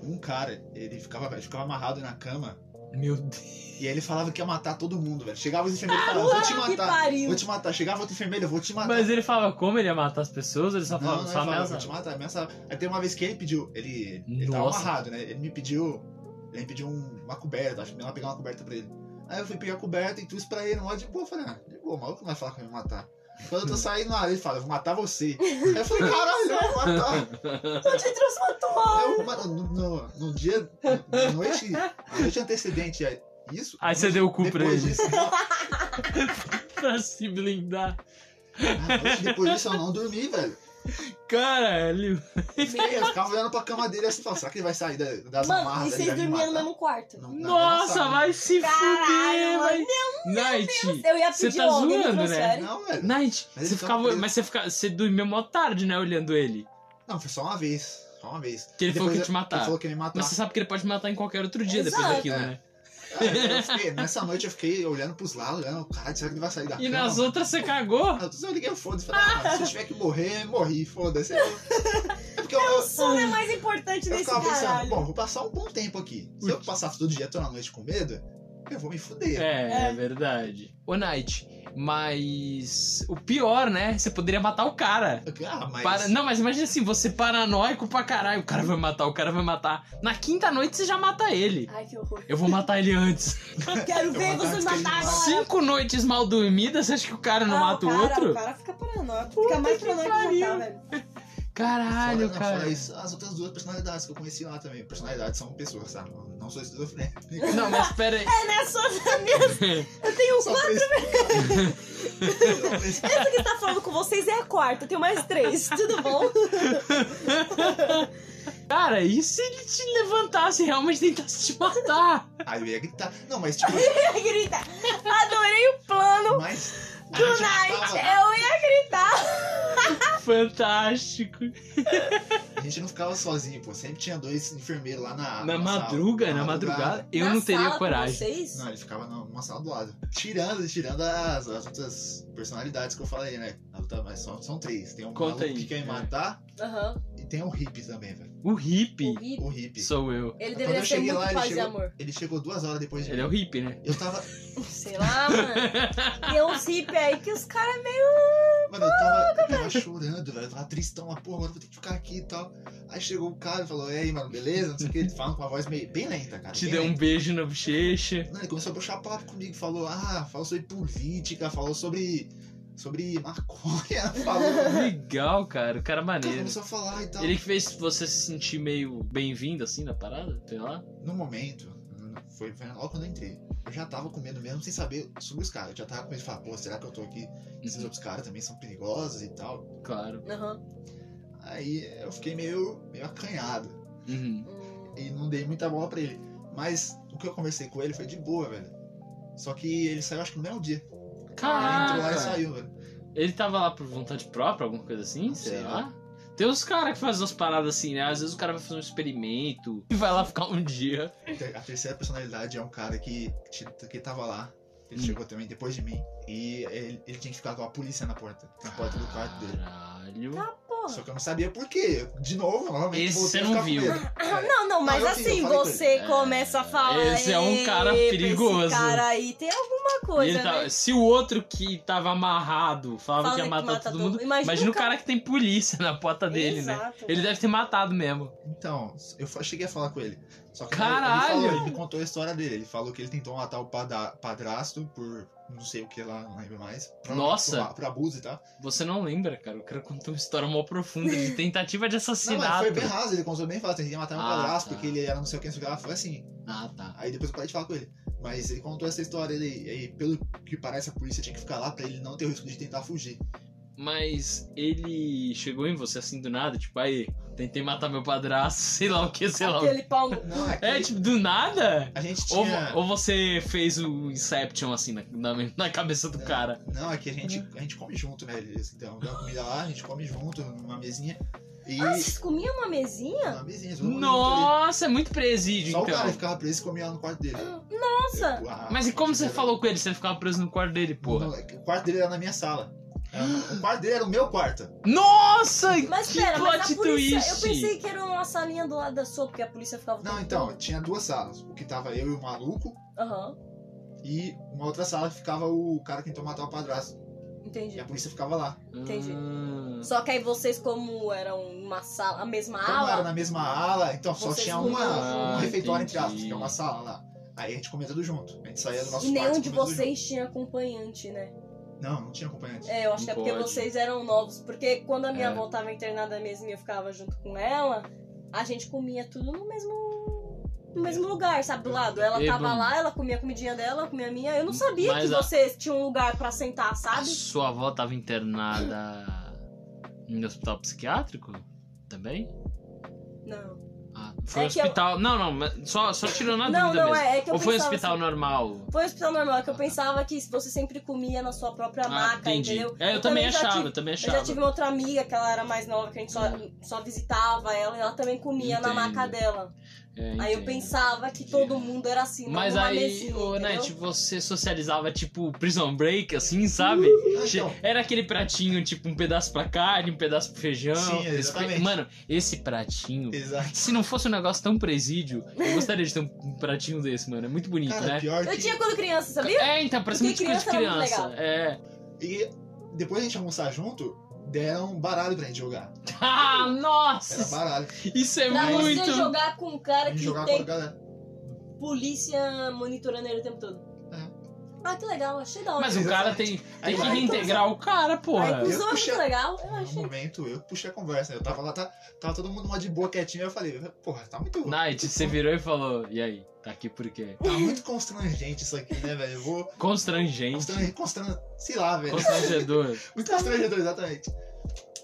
[SPEAKER 1] Um cara, ele ficava, ele ficava amarrado na cama
[SPEAKER 2] Meu Deus.
[SPEAKER 1] e aí ele falava que ia matar todo mundo, velho. Chegava os enfermeiros e falava, vou te
[SPEAKER 3] Ah, que
[SPEAKER 1] matar.
[SPEAKER 3] pariu.
[SPEAKER 1] Vou te matar. Chegava outro enfermeiro, eu vou te matar.
[SPEAKER 2] Mas ele falava como ele ia matar as pessoas, ele só
[SPEAKER 1] Não,
[SPEAKER 2] falava,
[SPEAKER 1] não, ele tipo,
[SPEAKER 2] só
[SPEAKER 1] falava, vou
[SPEAKER 2] ameaçava.
[SPEAKER 1] te matar, ameaça. Aí tem uma vez que ele pediu, ele, ele tava
[SPEAKER 2] Nossa.
[SPEAKER 1] amarrado, né? Ele me pediu, ele me pediu um- uma coberta, acho que eu ia lá pegar uma coberta pra ele. Aí eu fui pegar a coberta e tudo isso pra ele, mó de boa, eu falei, ah, de boa, o maluco não vai falar que vai me matar. Quando eu tô saindo lá, ele fala, eu vou matar você. Aí eu falei, caralho, ele vai me matar.
[SPEAKER 3] Eu te trouxe
[SPEAKER 1] <laughs>
[SPEAKER 3] uma toalha.
[SPEAKER 1] Aí eu, mano, no, no- no dia, na noite, na noite antecedente, é isso.
[SPEAKER 2] Aí você deu o cu pra
[SPEAKER 1] Depois
[SPEAKER 2] ele.
[SPEAKER 1] disso, não,
[SPEAKER 2] <laughs> pra se blindar.
[SPEAKER 1] na noite depois disso eu não dormi, velho.
[SPEAKER 2] Caralho.
[SPEAKER 1] Fiquei, Eu ficava olhando pra cama dele assim, falando, será que ele vai sair da- das
[SPEAKER 3] Mano,
[SPEAKER 1] amarras?
[SPEAKER 3] e
[SPEAKER 1] Ele vai
[SPEAKER 3] vocês
[SPEAKER 1] me
[SPEAKER 3] dormiam no
[SPEAKER 1] matar?
[SPEAKER 3] mesmo quarto.
[SPEAKER 1] Não, não,
[SPEAKER 2] Nossa,
[SPEAKER 1] não,
[SPEAKER 2] vai se fuder,
[SPEAKER 3] Caralho,
[SPEAKER 2] vai.
[SPEAKER 3] mano.
[SPEAKER 2] Night.
[SPEAKER 3] Eu ia
[SPEAKER 2] Você
[SPEAKER 3] pedir
[SPEAKER 2] tá
[SPEAKER 3] logo, me
[SPEAKER 2] zoando, né?
[SPEAKER 3] transfere.
[SPEAKER 1] Não, velho.
[SPEAKER 2] Night.
[SPEAKER 1] Mas
[SPEAKER 2] Você
[SPEAKER 1] ele tá
[SPEAKER 2] ficava.
[SPEAKER 1] preso.
[SPEAKER 2] Mas você ficava. Você dormia mó tarde, né? Olhando ele.
[SPEAKER 1] Não, foi só uma vez. Só uma vez.
[SPEAKER 2] Que ele falou que ia te
[SPEAKER 1] eu-
[SPEAKER 2] matar.
[SPEAKER 1] Ele falou que ia me matar.
[SPEAKER 2] Mas você sabe que ele pode matar em qualquer outro dia depois
[SPEAKER 3] Exato.
[SPEAKER 2] daquilo,
[SPEAKER 1] É.
[SPEAKER 2] né?
[SPEAKER 1] <laughs> Aí eu fiquei- nessa noite eu fiquei olhando pros lados, olhando, caralho, será que ele vai sair da
[SPEAKER 2] E
[SPEAKER 1] cama?
[SPEAKER 2] nas outras você cagou?
[SPEAKER 1] Ah, Eu liguei, foda-se. Falei, ah, se eu tiver que morrer, morri,
[SPEAKER 2] <laughs>
[SPEAKER 1] foda-se. Eu- É porque eu, eu,
[SPEAKER 3] O sono é mais importante
[SPEAKER 1] eu
[SPEAKER 3] nesse
[SPEAKER 1] ficava pensando,
[SPEAKER 3] caralho.
[SPEAKER 1] bom, vou passar um bom tempo aqui. Se eu passar todo dia, toda noite com medo, eu vou me fuder.
[SPEAKER 2] É, é
[SPEAKER 3] É.
[SPEAKER 2] verdade. Ô, Night, mas. O pior, né? Você poderia matar o cara.
[SPEAKER 1] Eu- Ah, mas...
[SPEAKER 2] Para- Não, mas imagina assim, você paranoico pra caralho. O cara vai matar, o cara vai matar. Na quinta noite você já mata ele.
[SPEAKER 3] Ai, que horror.
[SPEAKER 2] Eu vou matar ele antes.
[SPEAKER 3] Quero
[SPEAKER 1] Eu
[SPEAKER 3] ver
[SPEAKER 1] vou matar
[SPEAKER 3] vocês
[SPEAKER 1] antes que ele
[SPEAKER 3] matar
[SPEAKER 1] mate.
[SPEAKER 3] agora.
[SPEAKER 2] Cinco noites mal dormidas, você acha que o cara não mata o
[SPEAKER 3] cara,
[SPEAKER 2] outro?
[SPEAKER 3] Ah, O cara fica paranoico. Fica mais
[SPEAKER 2] que
[SPEAKER 3] paranoico que já tá,
[SPEAKER 2] pariu.
[SPEAKER 3] velho.
[SPEAKER 2] Caralho,
[SPEAKER 1] fora, não,
[SPEAKER 2] cara.
[SPEAKER 1] fora isso, as outras duas personalidades que eu conheci lá também. Personalidades são pessoas, tá? Não, não sou
[SPEAKER 2] <laughs>
[SPEAKER 1] esquizofrênico.
[SPEAKER 2] Não, mas pera aí.
[SPEAKER 3] É, né? Só da minha... <laughs> Eu tenho
[SPEAKER 1] Só pra <laughs> isso- Só pra isso-
[SPEAKER 3] um Essa que tá falando com vocês é a quarta. Eu tenho mais três. Tudo bom? <laughs>
[SPEAKER 2] Cara, e se ele te levantasse e realmente tentasse te matar?
[SPEAKER 1] Aí eu ia gritar. Não, mas tipo,
[SPEAKER 3] Ia gritar. Adorei o plano
[SPEAKER 1] mas. a
[SPEAKER 3] do
[SPEAKER 1] gente
[SPEAKER 3] Night.
[SPEAKER 1] tava-
[SPEAKER 3] Eu ia gritar.
[SPEAKER 2] Fantástico.
[SPEAKER 1] A gente não ficava sozinho, pô. Sempre tinha dois enfermeiros lá Ah, na.
[SPEAKER 2] Na
[SPEAKER 1] sala.
[SPEAKER 2] madruga, na madrugada, eu
[SPEAKER 3] Na
[SPEAKER 2] não teria
[SPEAKER 3] sala com
[SPEAKER 2] coragem.
[SPEAKER 3] Vocês?
[SPEAKER 1] Não, ele ficava na- numa sala do lado. Tirando, tirando as, as outras personalidades que eu falei, né? Na luta, mas só, são três. Tem um
[SPEAKER 2] Conta
[SPEAKER 1] maluco
[SPEAKER 2] aí,
[SPEAKER 1] que quer me
[SPEAKER 2] é.
[SPEAKER 1] matar
[SPEAKER 3] Aham.
[SPEAKER 1] e tem o hippie também, velho.
[SPEAKER 2] O hippie
[SPEAKER 3] O Gui.
[SPEAKER 1] O hippie.
[SPEAKER 2] sou eu.
[SPEAKER 3] Ele
[SPEAKER 1] Quando
[SPEAKER 3] deveria
[SPEAKER 1] eu
[SPEAKER 3] ser
[SPEAKER 1] cheguei
[SPEAKER 3] muito
[SPEAKER 1] lá, ele
[SPEAKER 3] paz e
[SPEAKER 1] chegou-
[SPEAKER 3] amor.
[SPEAKER 1] Ele chegou duas horas depois de
[SPEAKER 2] Ele é o
[SPEAKER 1] mim.
[SPEAKER 2] hippie, né?
[SPEAKER 1] Eu tava.
[SPEAKER 3] Sei lá, mano. E uns hippie aí que os caras é meio...
[SPEAKER 1] Mano, eu tava, eu tava chorando, velho. Eu tava tristão, mas porra, mano, vou ter que ficar aqui e tal. Aí chegou o cara e falou, ei, mano, beleza? Não sei o que. Ele fala com uma voz meio bem lenta, cara.
[SPEAKER 2] Te
[SPEAKER 1] bem
[SPEAKER 2] deu
[SPEAKER 1] lenta.
[SPEAKER 2] um beijo na
[SPEAKER 3] <laughs>
[SPEAKER 2] bochecha.
[SPEAKER 1] Não, ele começou a puxar papo comigo, falou, ah, falou sobre política, falou sobre. sobre maconha, <laughs> falou. Cara,
[SPEAKER 2] Legal, cara. O cara é maneiro.
[SPEAKER 1] começou a falar e tal.
[SPEAKER 2] Ele que fez você se sentir meio bem-vindo, assim, na parada? Sei lá.
[SPEAKER 1] No momento, foi, foi logo quando eu entrei. Eu já tava com medo mesmo sem saber sobre os caras. Eu já tava com medo de falar, pô, será que eu tô aqui?
[SPEAKER 2] Uhum.
[SPEAKER 1] Esses outros caras também são perigosos e tal.
[SPEAKER 2] Claro.
[SPEAKER 3] Aham.
[SPEAKER 1] Aí eu fiquei meio, meio acanhado.
[SPEAKER 2] Uhum.
[SPEAKER 3] Hum.
[SPEAKER 1] E não dei muita bola pra ele. Mas o que eu conversei com ele foi de boa, velho. Só que ele saiu acho que no mesmo dia. ele entrou lá e
[SPEAKER 2] Caraca.
[SPEAKER 1] saiu, velho.
[SPEAKER 2] Ele tava lá por vontade própria, alguma coisa assim?
[SPEAKER 1] Não
[SPEAKER 2] sei
[SPEAKER 1] sei, né?
[SPEAKER 2] lá. Tem uns caras que fazem umas paradas assim, né? Às vezes o cara vai fazer um experimento e vai lá ficar um dia.
[SPEAKER 1] Te- A terceira personalidade é um cara que, te- que tava lá. Ele
[SPEAKER 2] Hum.
[SPEAKER 1] chegou também depois de mim. E ele, ele tinha que ficar com a polícia na porta.
[SPEAKER 2] Ah.
[SPEAKER 1] Na porta do quarto dele.
[SPEAKER 2] Caralho.
[SPEAKER 3] Tá, porra.
[SPEAKER 1] Só que eu não sabia por quê. De novo, novamente.
[SPEAKER 2] Esse
[SPEAKER 1] voltei a
[SPEAKER 2] você não
[SPEAKER 1] ficar com
[SPEAKER 2] viu.
[SPEAKER 1] medo. É.
[SPEAKER 3] Não, não, mas
[SPEAKER 1] eu vi, eu
[SPEAKER 3] assim,
[SPEAKER 1] falei com
[SPEAKER 3] você
[SPEAKER 2] ele.
[SPEAKER 3] começa a falar.
[SPEAKER 2] Esse é um cara
[SPEAKER 3] "Epa,
[SPEAKER 2] perigoso."
[SPEAKER 3] Esse cara aí tem alguma
[SPEAKER 2] E
[SPEAKER 3] coisa,
[SPEAKER 2] ele tá tava-
[SPEAKER 3] né?
[SPEAKER 2] Se o outro que tava amarrado falava
[SPEAKER 3] Fala
[SPEAKER 2] que ia
[SPEAKER 3] que
[SPEAKER 2] matar
[SPEAKER 3] mata
[SPEAKER 2] todo
[SPEAKER 3] todo-
[SPEAKER 2] mundo,
[SPEAKER 3] Imagina
[SPEAKER 2] imagina
[SPEAKER 3] o
[SPEAKER 2] o cara que tem polícia na porta dele, né?
[SPEAKER 3] Exato.
[SPEAKER 2] Ele deve ter matado mesmo.
[SPEAKER 1] Então, eu fa- cheguei a falar com ele. Só que
[SPEAKER 2] Caralho!
[SPEAKER 1] Ele, falou, ele me contou a história dele. Ele falou que ele tentou matar o pada- padrasto por não sei o que lá, não lembro mais. Pra,
[SPEAKER 2] Nossa!
[SPEAKER 1] Por, por abuso e tal.
[SPEAKER 2] Você não lembra, cara. O cara contou uma história mó profunda de tentativa de
[SPEAKER 1] Não, mas
[SPEAKER 2] assassinato.
[SPEAKER 1] foi bem raso, ele contou bem fácil. Ele ia matar meu
[SPEAKER 2] Ah,
[SPEAKER 1] padrasto
[SPEAKER 2] tá.
[SPEAKER 1] porque ele era não sei o que, não sei o que lá. Foi assim.
[SPEAKER 2] Ah, tá.
[SPEAKER 1] Aí depois eu parei de falar com ele. Mas ele contou essa história dele. E aí, pelo que parece, a polícia tinha que ficar lá pra ele não ter o risco de tentar fugir.
[SPEAKER 2] Mas ele chegou em você assim do nada, tipo, aí, tentei matar meu padrasto, <laughs> sei lá o que, sei lá o que.
[SPEAKER 3] Aquele pau
[SPEAKER 2] <laughs>
[SPEAKER 3] no...
[SPEAKER 1] Não, é que
[SPEAKER 2] É, tipo, do nada?
[SPEAKER 1] a gente
[SPEAKER 2] Ou,
[SPEAKER 1] tinha.
[SPEAKER 2] ou você fez o Inception assim na, na, na cabeça do cara?
[SPEAKER 1] Não, é que a gente, a gente come junto, né? Eles dão dão comida lá, a gente come junto numa mesinha. E.
[SPEAKER 3] Ah, vocês comiam uma mesinha?
[SPEAKER 1] Numa mesinha, todo mundo junto ali.
[SPEAKER 2] Nossa, é muito presídio,
[SPEAKER 1] Só o cara tá
[SPEAKER 2] então.
[SPEAKER 1] ficava preso e comia lá no quarto dele.
[SPEAKER 3] Nossa!
[SPEAKER 1] Eu- a-
[SPEAKER 2] Mas e
[SPEAKER 1] a
[SPEAKER 2] como
[SPEAKER 1] gente
[SPEAKER 2] você
[SPEAKER 1] era-
[SPEAKER 2] falou com ele? Você ficava preso no quarto dele, porra.
[SPEAKER 1] Não, é que O quarto dele era na minha sala. Era- O
[SPEAKER 2] <gasps>
[SPEAKER 1] quarto dele era o meu quarto.
[SPEAKER 2] Nossa!
[SPEAKER 3] Mas
[SPEAKER 2] que
[SPEAKER 3] pera,
[SPEAKER 2] plot
[SPEAKER 3] mas a polícia...
[SPEAKER 2] twist!
[SPEAKER 3] Eu pensei que era uma salinha do lado da sua, porque a polícia ficava... o
[SPEAKER 1] Não,
[SPEAKER 3] tempo
[SPEAKER 1] então,
[SPEAKER 3] todo.
[SPEAKER 1] tinha duas salas. O que tava eu e o maluco,
[SPEAKER 3] Aham,
[SPEAKER 1] e uma outra sala que ficava o cara que tentou matar o padrasto. E
[SPEAKER 3] entendi.
[SPEAKER 1] a polícia ficava lá.
[SPEAKER 3] Entendi.
[SPEAKER 2] Ah.
[SPEAKER 3] Só que aí vocês, como eram uma sala, a mesma
[SPEAKER 1] Como Então, era
[SPEAKER 3] ala...
[SPEAKER 1] na mesma ala, então só
[SPEAKER 3] Vocês
[SPEAKER 1] tinha
[SPEAKER 3] não-
[SPEAKER 1] uma,
[SPEAKER 2] Ah,
[SPEAKER 1] um refeitório entre
[SPEAKER 2] entendi.
[SPEAKER 1] aspas, que é uma sala lá. Aí a gente comia tudo junto. A gente saía do nosso
[SPEAKER 3] E nenhum
[SPEAKER 1] quarto
[SPEAKER 3] de
[SPEAKER 1] comia tudo
[SPEAKER 3] vocês tinha acompanhante, né?
[SPEAKER 1] junto. Não, não tinha acompanhante.
[SPEAKER 3] É, eu acho que é
[SPEAKER 2] Não
[SPEAKER 3] porque
[SPEAKER 2] pode.
[SPEAKER 3] vocês eram novos. Porque quando a minha
[SPEAKER 2] É.
[SPEAKER 3] avó tava internada mesmo e eu ficava junto com ela, a gente comia tudo no mesmo. No mesmo lugar, sabe? Do lado. Ela
[SPEAKER 2] E,
[SPEAKER 3] tava
[SPEAKER 2] bom.
[SPEAKER 3] lá, ela comia a comidinha dela, eu comia a minha. Eu não sabia
[SPEAKER 2] Mas
[SPEAKER 3] que
[SPEAKER 2] a-
[SPEAKER 3] vocês tinham um lugar pra sentar,
[SPEAKER 2] A
[SPEAKER 3] sabe?
[SPEAKER 2] sua avó tava internada no hospital psiquiátrico? Também?
[SPEAKER 3] Não.
[SPEAKER 2] Ah, foi
[SPEAKER 3] É que eu-
[SPEAKER 2] hospital. Não, não, mas só, só tirando a
[SPEAKER 3] Não,
[SPEAKER 2] dúvida
[SPEAKER 3] não,
[SPEAKER 2] mesmo.
[SPEAKER 3] é, é que eu
[SPEAKER 2] Ou foi um
[SPEAKER 3] pensava
[SPEAKER 2] hospital
[SPEAKER 3] assim-
[SPEAKER 2] normal?
[SPEAKER 3] Foi hospital normal, é que eu
[SPEAKER 2] Ah, tá.
[SPEAKER 3] pensava que você sempre comia na sua própria
[SPEAKER 2] Ah,
[SPEAKER 3] maca,
[SPEAKER 2] entendi.
[SPEAKER 3] entendeu? Então,
[SPEAKER 2] É, eu,
[SPEAKER 3] Eu
[SPEAKER 2] também
[SPEAKER 3] também já
[SPEAKER 2] achava,
[SPEAKER 3] tive-
[SPEAKER 2] eu também
[SPEAKER 3] Eu já
[SPEAKER 2] achava.
[SPEAKER 3] tive uma outra amiga que ela era mais nova, que a gente só, só visitava ela e ela também comia na
[SPEAKER 2] Entendo.
[SPEAKER 3] maca dela.
[SPEAKER 2] É,
[SPEAKER 3] Aí eu
[SPEAKER 2] entendo.
[SPEAKER 3] pensava que
[SPEAKER 1] Entendi.
[SPEAKER 3] todo mundo era assim, não
[SPEAKER 2] Mas
[SPEAKER 3] numa
[SPEAKER 2] aí,
[SPEAKER 3] mesinha,
[SPEAKER 2] ô,
[SPEAKER 3] entendeu?
[SPEAKER 2] Net, você socializava tipo prison break, assim, sabe?
[SPEAKER 1] Ah,
[SPEAKER 2] Che-
[SPEAKER 1] então,
[SPEAKER 2] Era aquele pratinho, tipo, um pedaço pra carne, um pedaço pro feijão.
[SPEAKER 1] Sim,
[SPEAKER 2] esse pra-
[SPEAKER 1] exatamente.
[SPEAKER 2] Mano, esse pratinho.
[SPEAKER 1] exato.
[SPEAKER 2] Se não fosse um negócio tão presídio, eu gostaria de ter um pratinho desse, mano. É muito bonito,
[SPEAKER 1] Cara,
[SPEAKER 2] né?
[SPEAKER 1] pior
[SPEAKER 3] Eu
[SPEAKER 1] que...
[SPEAKER 3] tinha quando criança, sabia?
[SPEAKER 2] É, então, parece muito
[SPEAKER 3] Porque
[SPEAKER 2] coisa de
[SPEAKER 3] criança era
[SPEAKER 2] criança.
[SPEAKER 3] muito
[SPEAKER 2] É.
[SPEAKER 1] E depois a gente almoçar junto, deram um baralho pra gente jogar.
[SPEAKER 2] Ah,
[SPEAKER 1] Era
[SPEAKER 2] nossa!
[SPEAKER 1] baralho.
[SPEAKER 2] Isso é
[SPEAKER 3] Pra
[SPEAKER 2] muito.
[SPEAKER 3] você jogar com um cara
[SPEAKER 1] A gente
[SPEAKER 3] que
[SPEAKER 1] jogava com a
[SPEAKER 3] tem
[SPEAKER 1] galera.
[SPEAKER 3] polícia monitorando ele o tempo todo. Ah, que legal, achei da hora.
[SPEAKER 2] É. Mas o cara tem, tem
[SPEAKER 1] Aí
[SPEAKER 2] que
[SPEAKER 1] vai.
[SPEAKER 2] reintegrar o cara,
[SPEAKER 3] Aí
[SPEAKER 2] porra.
[SPEAKER 1] Eu
[SPEAKER 3] cuzão é muito
[SPEAKER 1] puxei-
[SPEAKER 3] legal, eu
[SPEAKER 1] No
[SPEAKER 3] achei.
[SPEAKER 1] momento, eu puxei a conversa. né? Eu tava lá, tá- tava todo mundo uma de boa, quietinho. Aí eu falei, porra, tá muito...
[SPEAKER 2] Night, você virou e falou: E aí, tá aqui por quê?
[SPEAKER 1] Tá muito constrangente isso aqui, né, velho? Eu vou...
[SPEAKER 2] Constrangente.
[SPEAKER 1] Constrangente, constrangente, sei lá, velho.
[SPEAKER 2] Constrangedor.
[SPEAKER 1] Muito constrangedor, exatamente.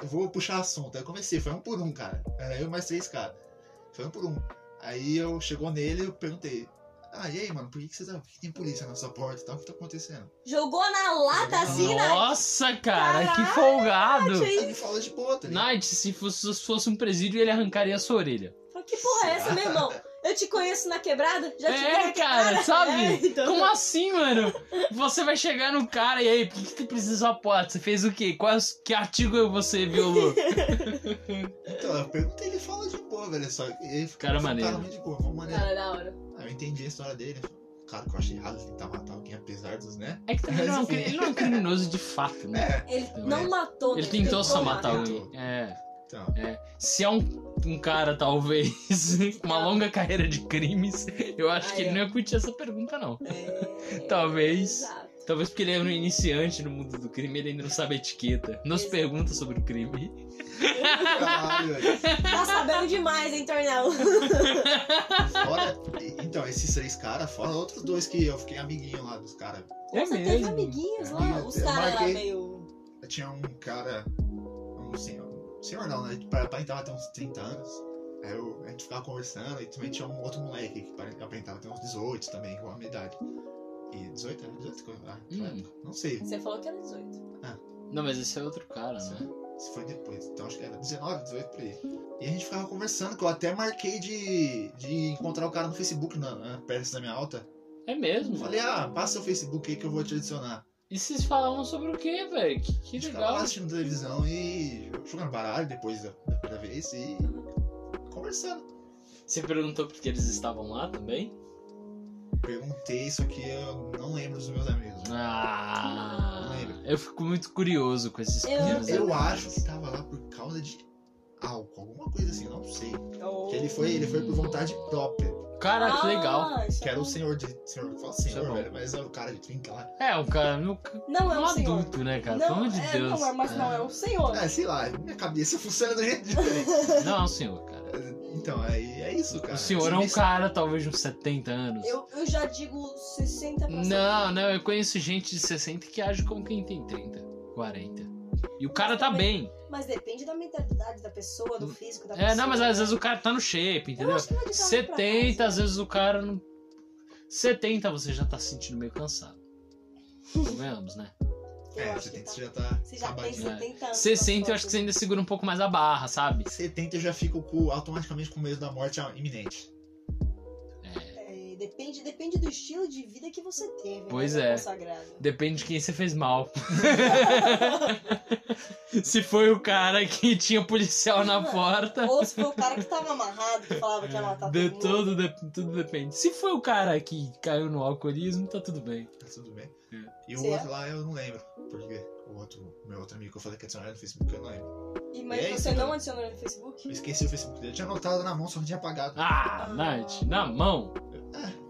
[SPEAKER 1] Eu vou puxar assunto. Aí eu comecei, foi um por um, cara. Era eu e mais três caras. Foi um por um. Aí eu chegou nele eu perguntei. Ah, e aí, mano, por que, que você tá. Por que tem polícia na sua porta e tal? O que tá acontecendo?
[SPEAKER 3] Jogou na lata <laughs> assim, né?
[SPEAKER 2] Nossa, cara, que
[SPEAKER 3] Caralho,
[SPEAKER 2] folgado.
[SPEAKER 1] Aí ele falou de boa, tá ligado?
[SPEAKER 2] Night, se fosse, se fosse um presídio, ele arrancaria a sua orelha.
[SPEAKER 3] Falei, Que porra é essa, meu irmão? Eu te conheço na quebrada? Já te vi
[SPEAKER 2] É,
[SPEAKER 3] na
[SPEAKER 2] cara,
[SPEAKER 3] quebrada?
[SPEAKER 2] <laughs> sabe?
[SPEAKER 3] <laughs> É, então.
[SPEAKER 2] Como assim, mano? Você vai chegar no cara e aí, por que que você precisa da porta? Você fez o quê? Quais, que artigo você violou?
[SPEAKER 1] Então, eu perguntei, ele falou de boa, velho. Só que ele ficou foi
[SPEAKER 2] Cara
[SPEAKER 1] um
[SPEAKER 2] maneiro.
[SPEAKER 1] Cara muito de boa, uma
[SPEAKER 2] é?
[SPEAKER 1] maneira.
[SPEAKER 3] Cara, da hora.
[SPEAKER 1] Aí eu entendi a história dele. Claro que eu achei errado tentar matar alguém, apesar dos, né?
[SPEAKER 2] É que também não é um cri- ele não é um criminoso de fato, né?
[SPEAKER 1] É,
[SPEAKER 3] Ele
[SPEAKER 2] Então,
[SPEAKER 3] não
[SPEAKER 1] é.
[SPEAKER 3] matou, né?
[SPEAKER 2] Ele tentou só matar
[SPEAKER 1] matar.
[SPEAKER 2] alguém. É.
[SPEAKER 1] então.
[SPEAKER 2] Se é um, um cara, talvez, <laughs> com uma longa carreira de crimes, eu acho
[SPEAKER 3] Ah,
[SPEAKER 2] que ele
[SPEAKER 3] é.
[SPEAKER 2] não ia curtir essa pergunta, não.
[SPEAKER 3] É,
[SPEAKER 2] um. <laughs> Talvez.
[SPEAKER 3] exato.
[SPEAKER 2] Talvez porque ele é um iniciante no mundo do crime, ele ainda não sabe a etiqueta. Não se
[SPEAKER 3] Exato.
[SPEAKER 2] pergunta sobre o crime.
[SPEAKER 1] Caralho, velho.
[SPEAKER 3] Tá sabendo demais, hein, Tornel?
[SPEAKER 1] Fora. Então, esses três caras, fora outros dois que eu fiquei amiguinho lá dos caras.
[SPEAKER 2] É
[SPEAKER 3] Você teve
[SPEAKER 2] mesmo.
[SPEAKER 3] amiguinhos lá?
[SPEAKER 1] Amiguinhos,
[SPEAKER 3] Os
[SPEAKER 1] eu
[SPEAKER 3] caras lá
[SPEAKER 1] marquei.
[SPEAKER 3] meio.
[SPEAKER 1] tinha um cara, um senhor, senhor não, né? Pa- Aparentava ter uns 30 anos. Aí eu- a gente ficava conversando e também tinha um outro moleque que pare- aparentava ter uns 18 também, com a minha idade. E né? 18 anos, 18 coisa lá, naquela
[SPEAKER 2] Hum.
[SPEAKER 1] época. ah, Não sei
[SPEAKER 3] Você falou que era 18.
[SPEAKER 2] Não, mas esse é outro cara,
[SPEAKER 1] se,
[SPEAKER 2] né?
[SPEAKER 1] se foi depois. Então acho que era 19, 18 por aí. E a gente ficava conversando, que eu até marquei de, de encontrar o cara no Facebook, na, na perto da minha alta.
[SPEAKER 2] É mesmo.
[SPEAKER 1] Falei, ah, passa seu Facebook aí que eu vou te adicionar.
[SPEAKER 2] E vocês falavam sobre o quê, velho? Que, que
[SPEAKER 1] A gente ficava lá
[SPEAKER 2] legal.
[SPEAKER 1] assistindo televisão e jogando baralho depois da, da primeira vez e conversando.
[SPEAKER 2] Você perguntou por que eles estavam lá também?
[SPEAKER 1] Perguntei, só que eu não lembro dos meus amigos. né?
[SPEAKER 2] Ah,
[SPEAKER 1] Não lembro.
[SPEAKER 2] eu fico Ah, muito curioso com esses
[SPEAKER 3] Eu-
[SPEAKER 2] crimes.
[SPEAKER 1] Eu
[SPEAKER 2] né?
[SPEAKER 1] acho que tava lá por causa de álcool, alguma coisa assim, não sei.
[SPEAKER 3] Oh.
[SPEAKER 1] Que ele foi, ele foi por vontade própria.
[SPEAKER 2] Cara, que legal.
[SPEAKER 3] Ah, isso
[SPEAKER 1] Que
[SPEAKER 3] é
[SPEAKER 1] era o
[SPEAKER 3] bom.
[SPEAKER 1] senhor de. Senhor, eu falo
[SPEAKER 2] Isso é
[SPEAKER 1] senhor,
[SPEAKER 2] bom.
[SPEAKER 1] velho, mas é o cara de 30 lá.
[SPEAKER 2] É, o cara. No,
[SPEAKER 3] Não, é
[SPEAKER 2] um
[SPEAKER 3] um senhor.
[SPEAKER 2] adulto, né, cara? Pelo
[SPEAKER 3] não,
[SPEAKER 2] amor de
[SPEAKER 3] é,
[SPEAKER 2] Deus.
[SPEAKER 3] não, é- mas não, é um senhor.
[SPEAKER 1] É, sei lá, minha cabeça <laughs> funciona do jeito diferente.
[SPEAKER 2] Não é um senhor, cara.
[SPEAKER 1] Então, aí é isso, cara.
[SPEAKER 2] O senhor é um cara, talvez, de uns 70 anos.
[SPEAKER 3] Eu, eu já digo 60 pra
[SPEAKER 2] Não, não, eu conheço gente de 60 que age como quem tem 30, 40. E o cara tá bem.
[SPEAKER 3] Mas depende da mentalidade da pessoa, do físico da pessoa.
[SPEAKER 2] É, não, mas às vezes o cara tá no shape,
[SPEAKER 3] Eu
[SPEAKER 2] entendeu?
[SPEAKER 3] acho que vai de carro pra
[SPEAKER 2] 70,
[SPEAKER 3] casa.
[SPEAKER 2] às vezes o cara não. 70 você já tá se sentindo meio
[SPEAKER 3] <laughs>
[SPEAKER 2] cansado. Convenhamos, né?
[SPEAKER 3] Eu
[SPEAKER 1] É,
[SPEAKER 3] acho
[SPEAKER 1] você
[SPEAKER 3] que
[SPEAKER 1] tem que
[SPEAKER 3] tá.
[SPEAKER 1] você já tá.
[SPEAKER 3] Você já tem
[SPEAKER 1] acabadinho.
[SPEAKER 2] né?
[SPEAKER 3] 70 anos. tá
[SPEAKER 2] 60 eu
[SPEAKER 3] pra
[SPEAKER 2] acho que você
[SPEAKER 3] sua
[SPEAKER 2] ainda segura um pouco mais a barra, sabe?
[SPEAKER 1] 70 eu já fico com- automaticamente com medo da morte iminente.
[SPEAKER 2] É.
[SPEAKER 3] vida. É, depende, depende do estilo de vida que você teve.
[SPEAKER 2] Pois
[SPEAKER 3] né,
[SPEAKER 2] é.
[SPEAKER 3] Consagrado.
[SPEAKER 2] Depende de quem você fez mal. <laughs> se foi o cara que tinha policial na porta.
[SPEAKER 3] Ou se foi o cara que tava amarrado, que falava que ia
[SPEAKER 1] Tá
[SPEAKER 3] matar
[SPEAKER 2] De
[SPEAKER 3] todo
[SPEAKER 2] todo,
[SPEAKER 3] mundo.
[SPEAKER 2] de- tudo depende. Se foi o cara que caiu no alcoolismo, tá tudo bem.
[SPEAKER 1] Tá tudo bem.
[SPEAKER 2] É.
[SPEAKER 1] E o
[SPEAKER 3] Você
[SPEAKER 1] outro lá eu não lembro. Porque o outro, meu outro amigo que eu falei que adicionaram no Facebook, eu não lembro.
[SPEAKER 3] E,
[SPEAKER 1] E
[SPEAKER 3] mas
[SPEAKER 1] é isso,
[SPEAKER 3] você não
[SPEAKER 1] cara.
[SPEAKER 3] adicionou ele no
[SPEAKER 1] Eu
[SPEAKER 3] Facebook?
[SPEAKER 1] esqueci o Facebook dele. Eu tinha anotado na mão, só não tinha apagado.
[SPEAKER 2] Ah, Nath, na mão.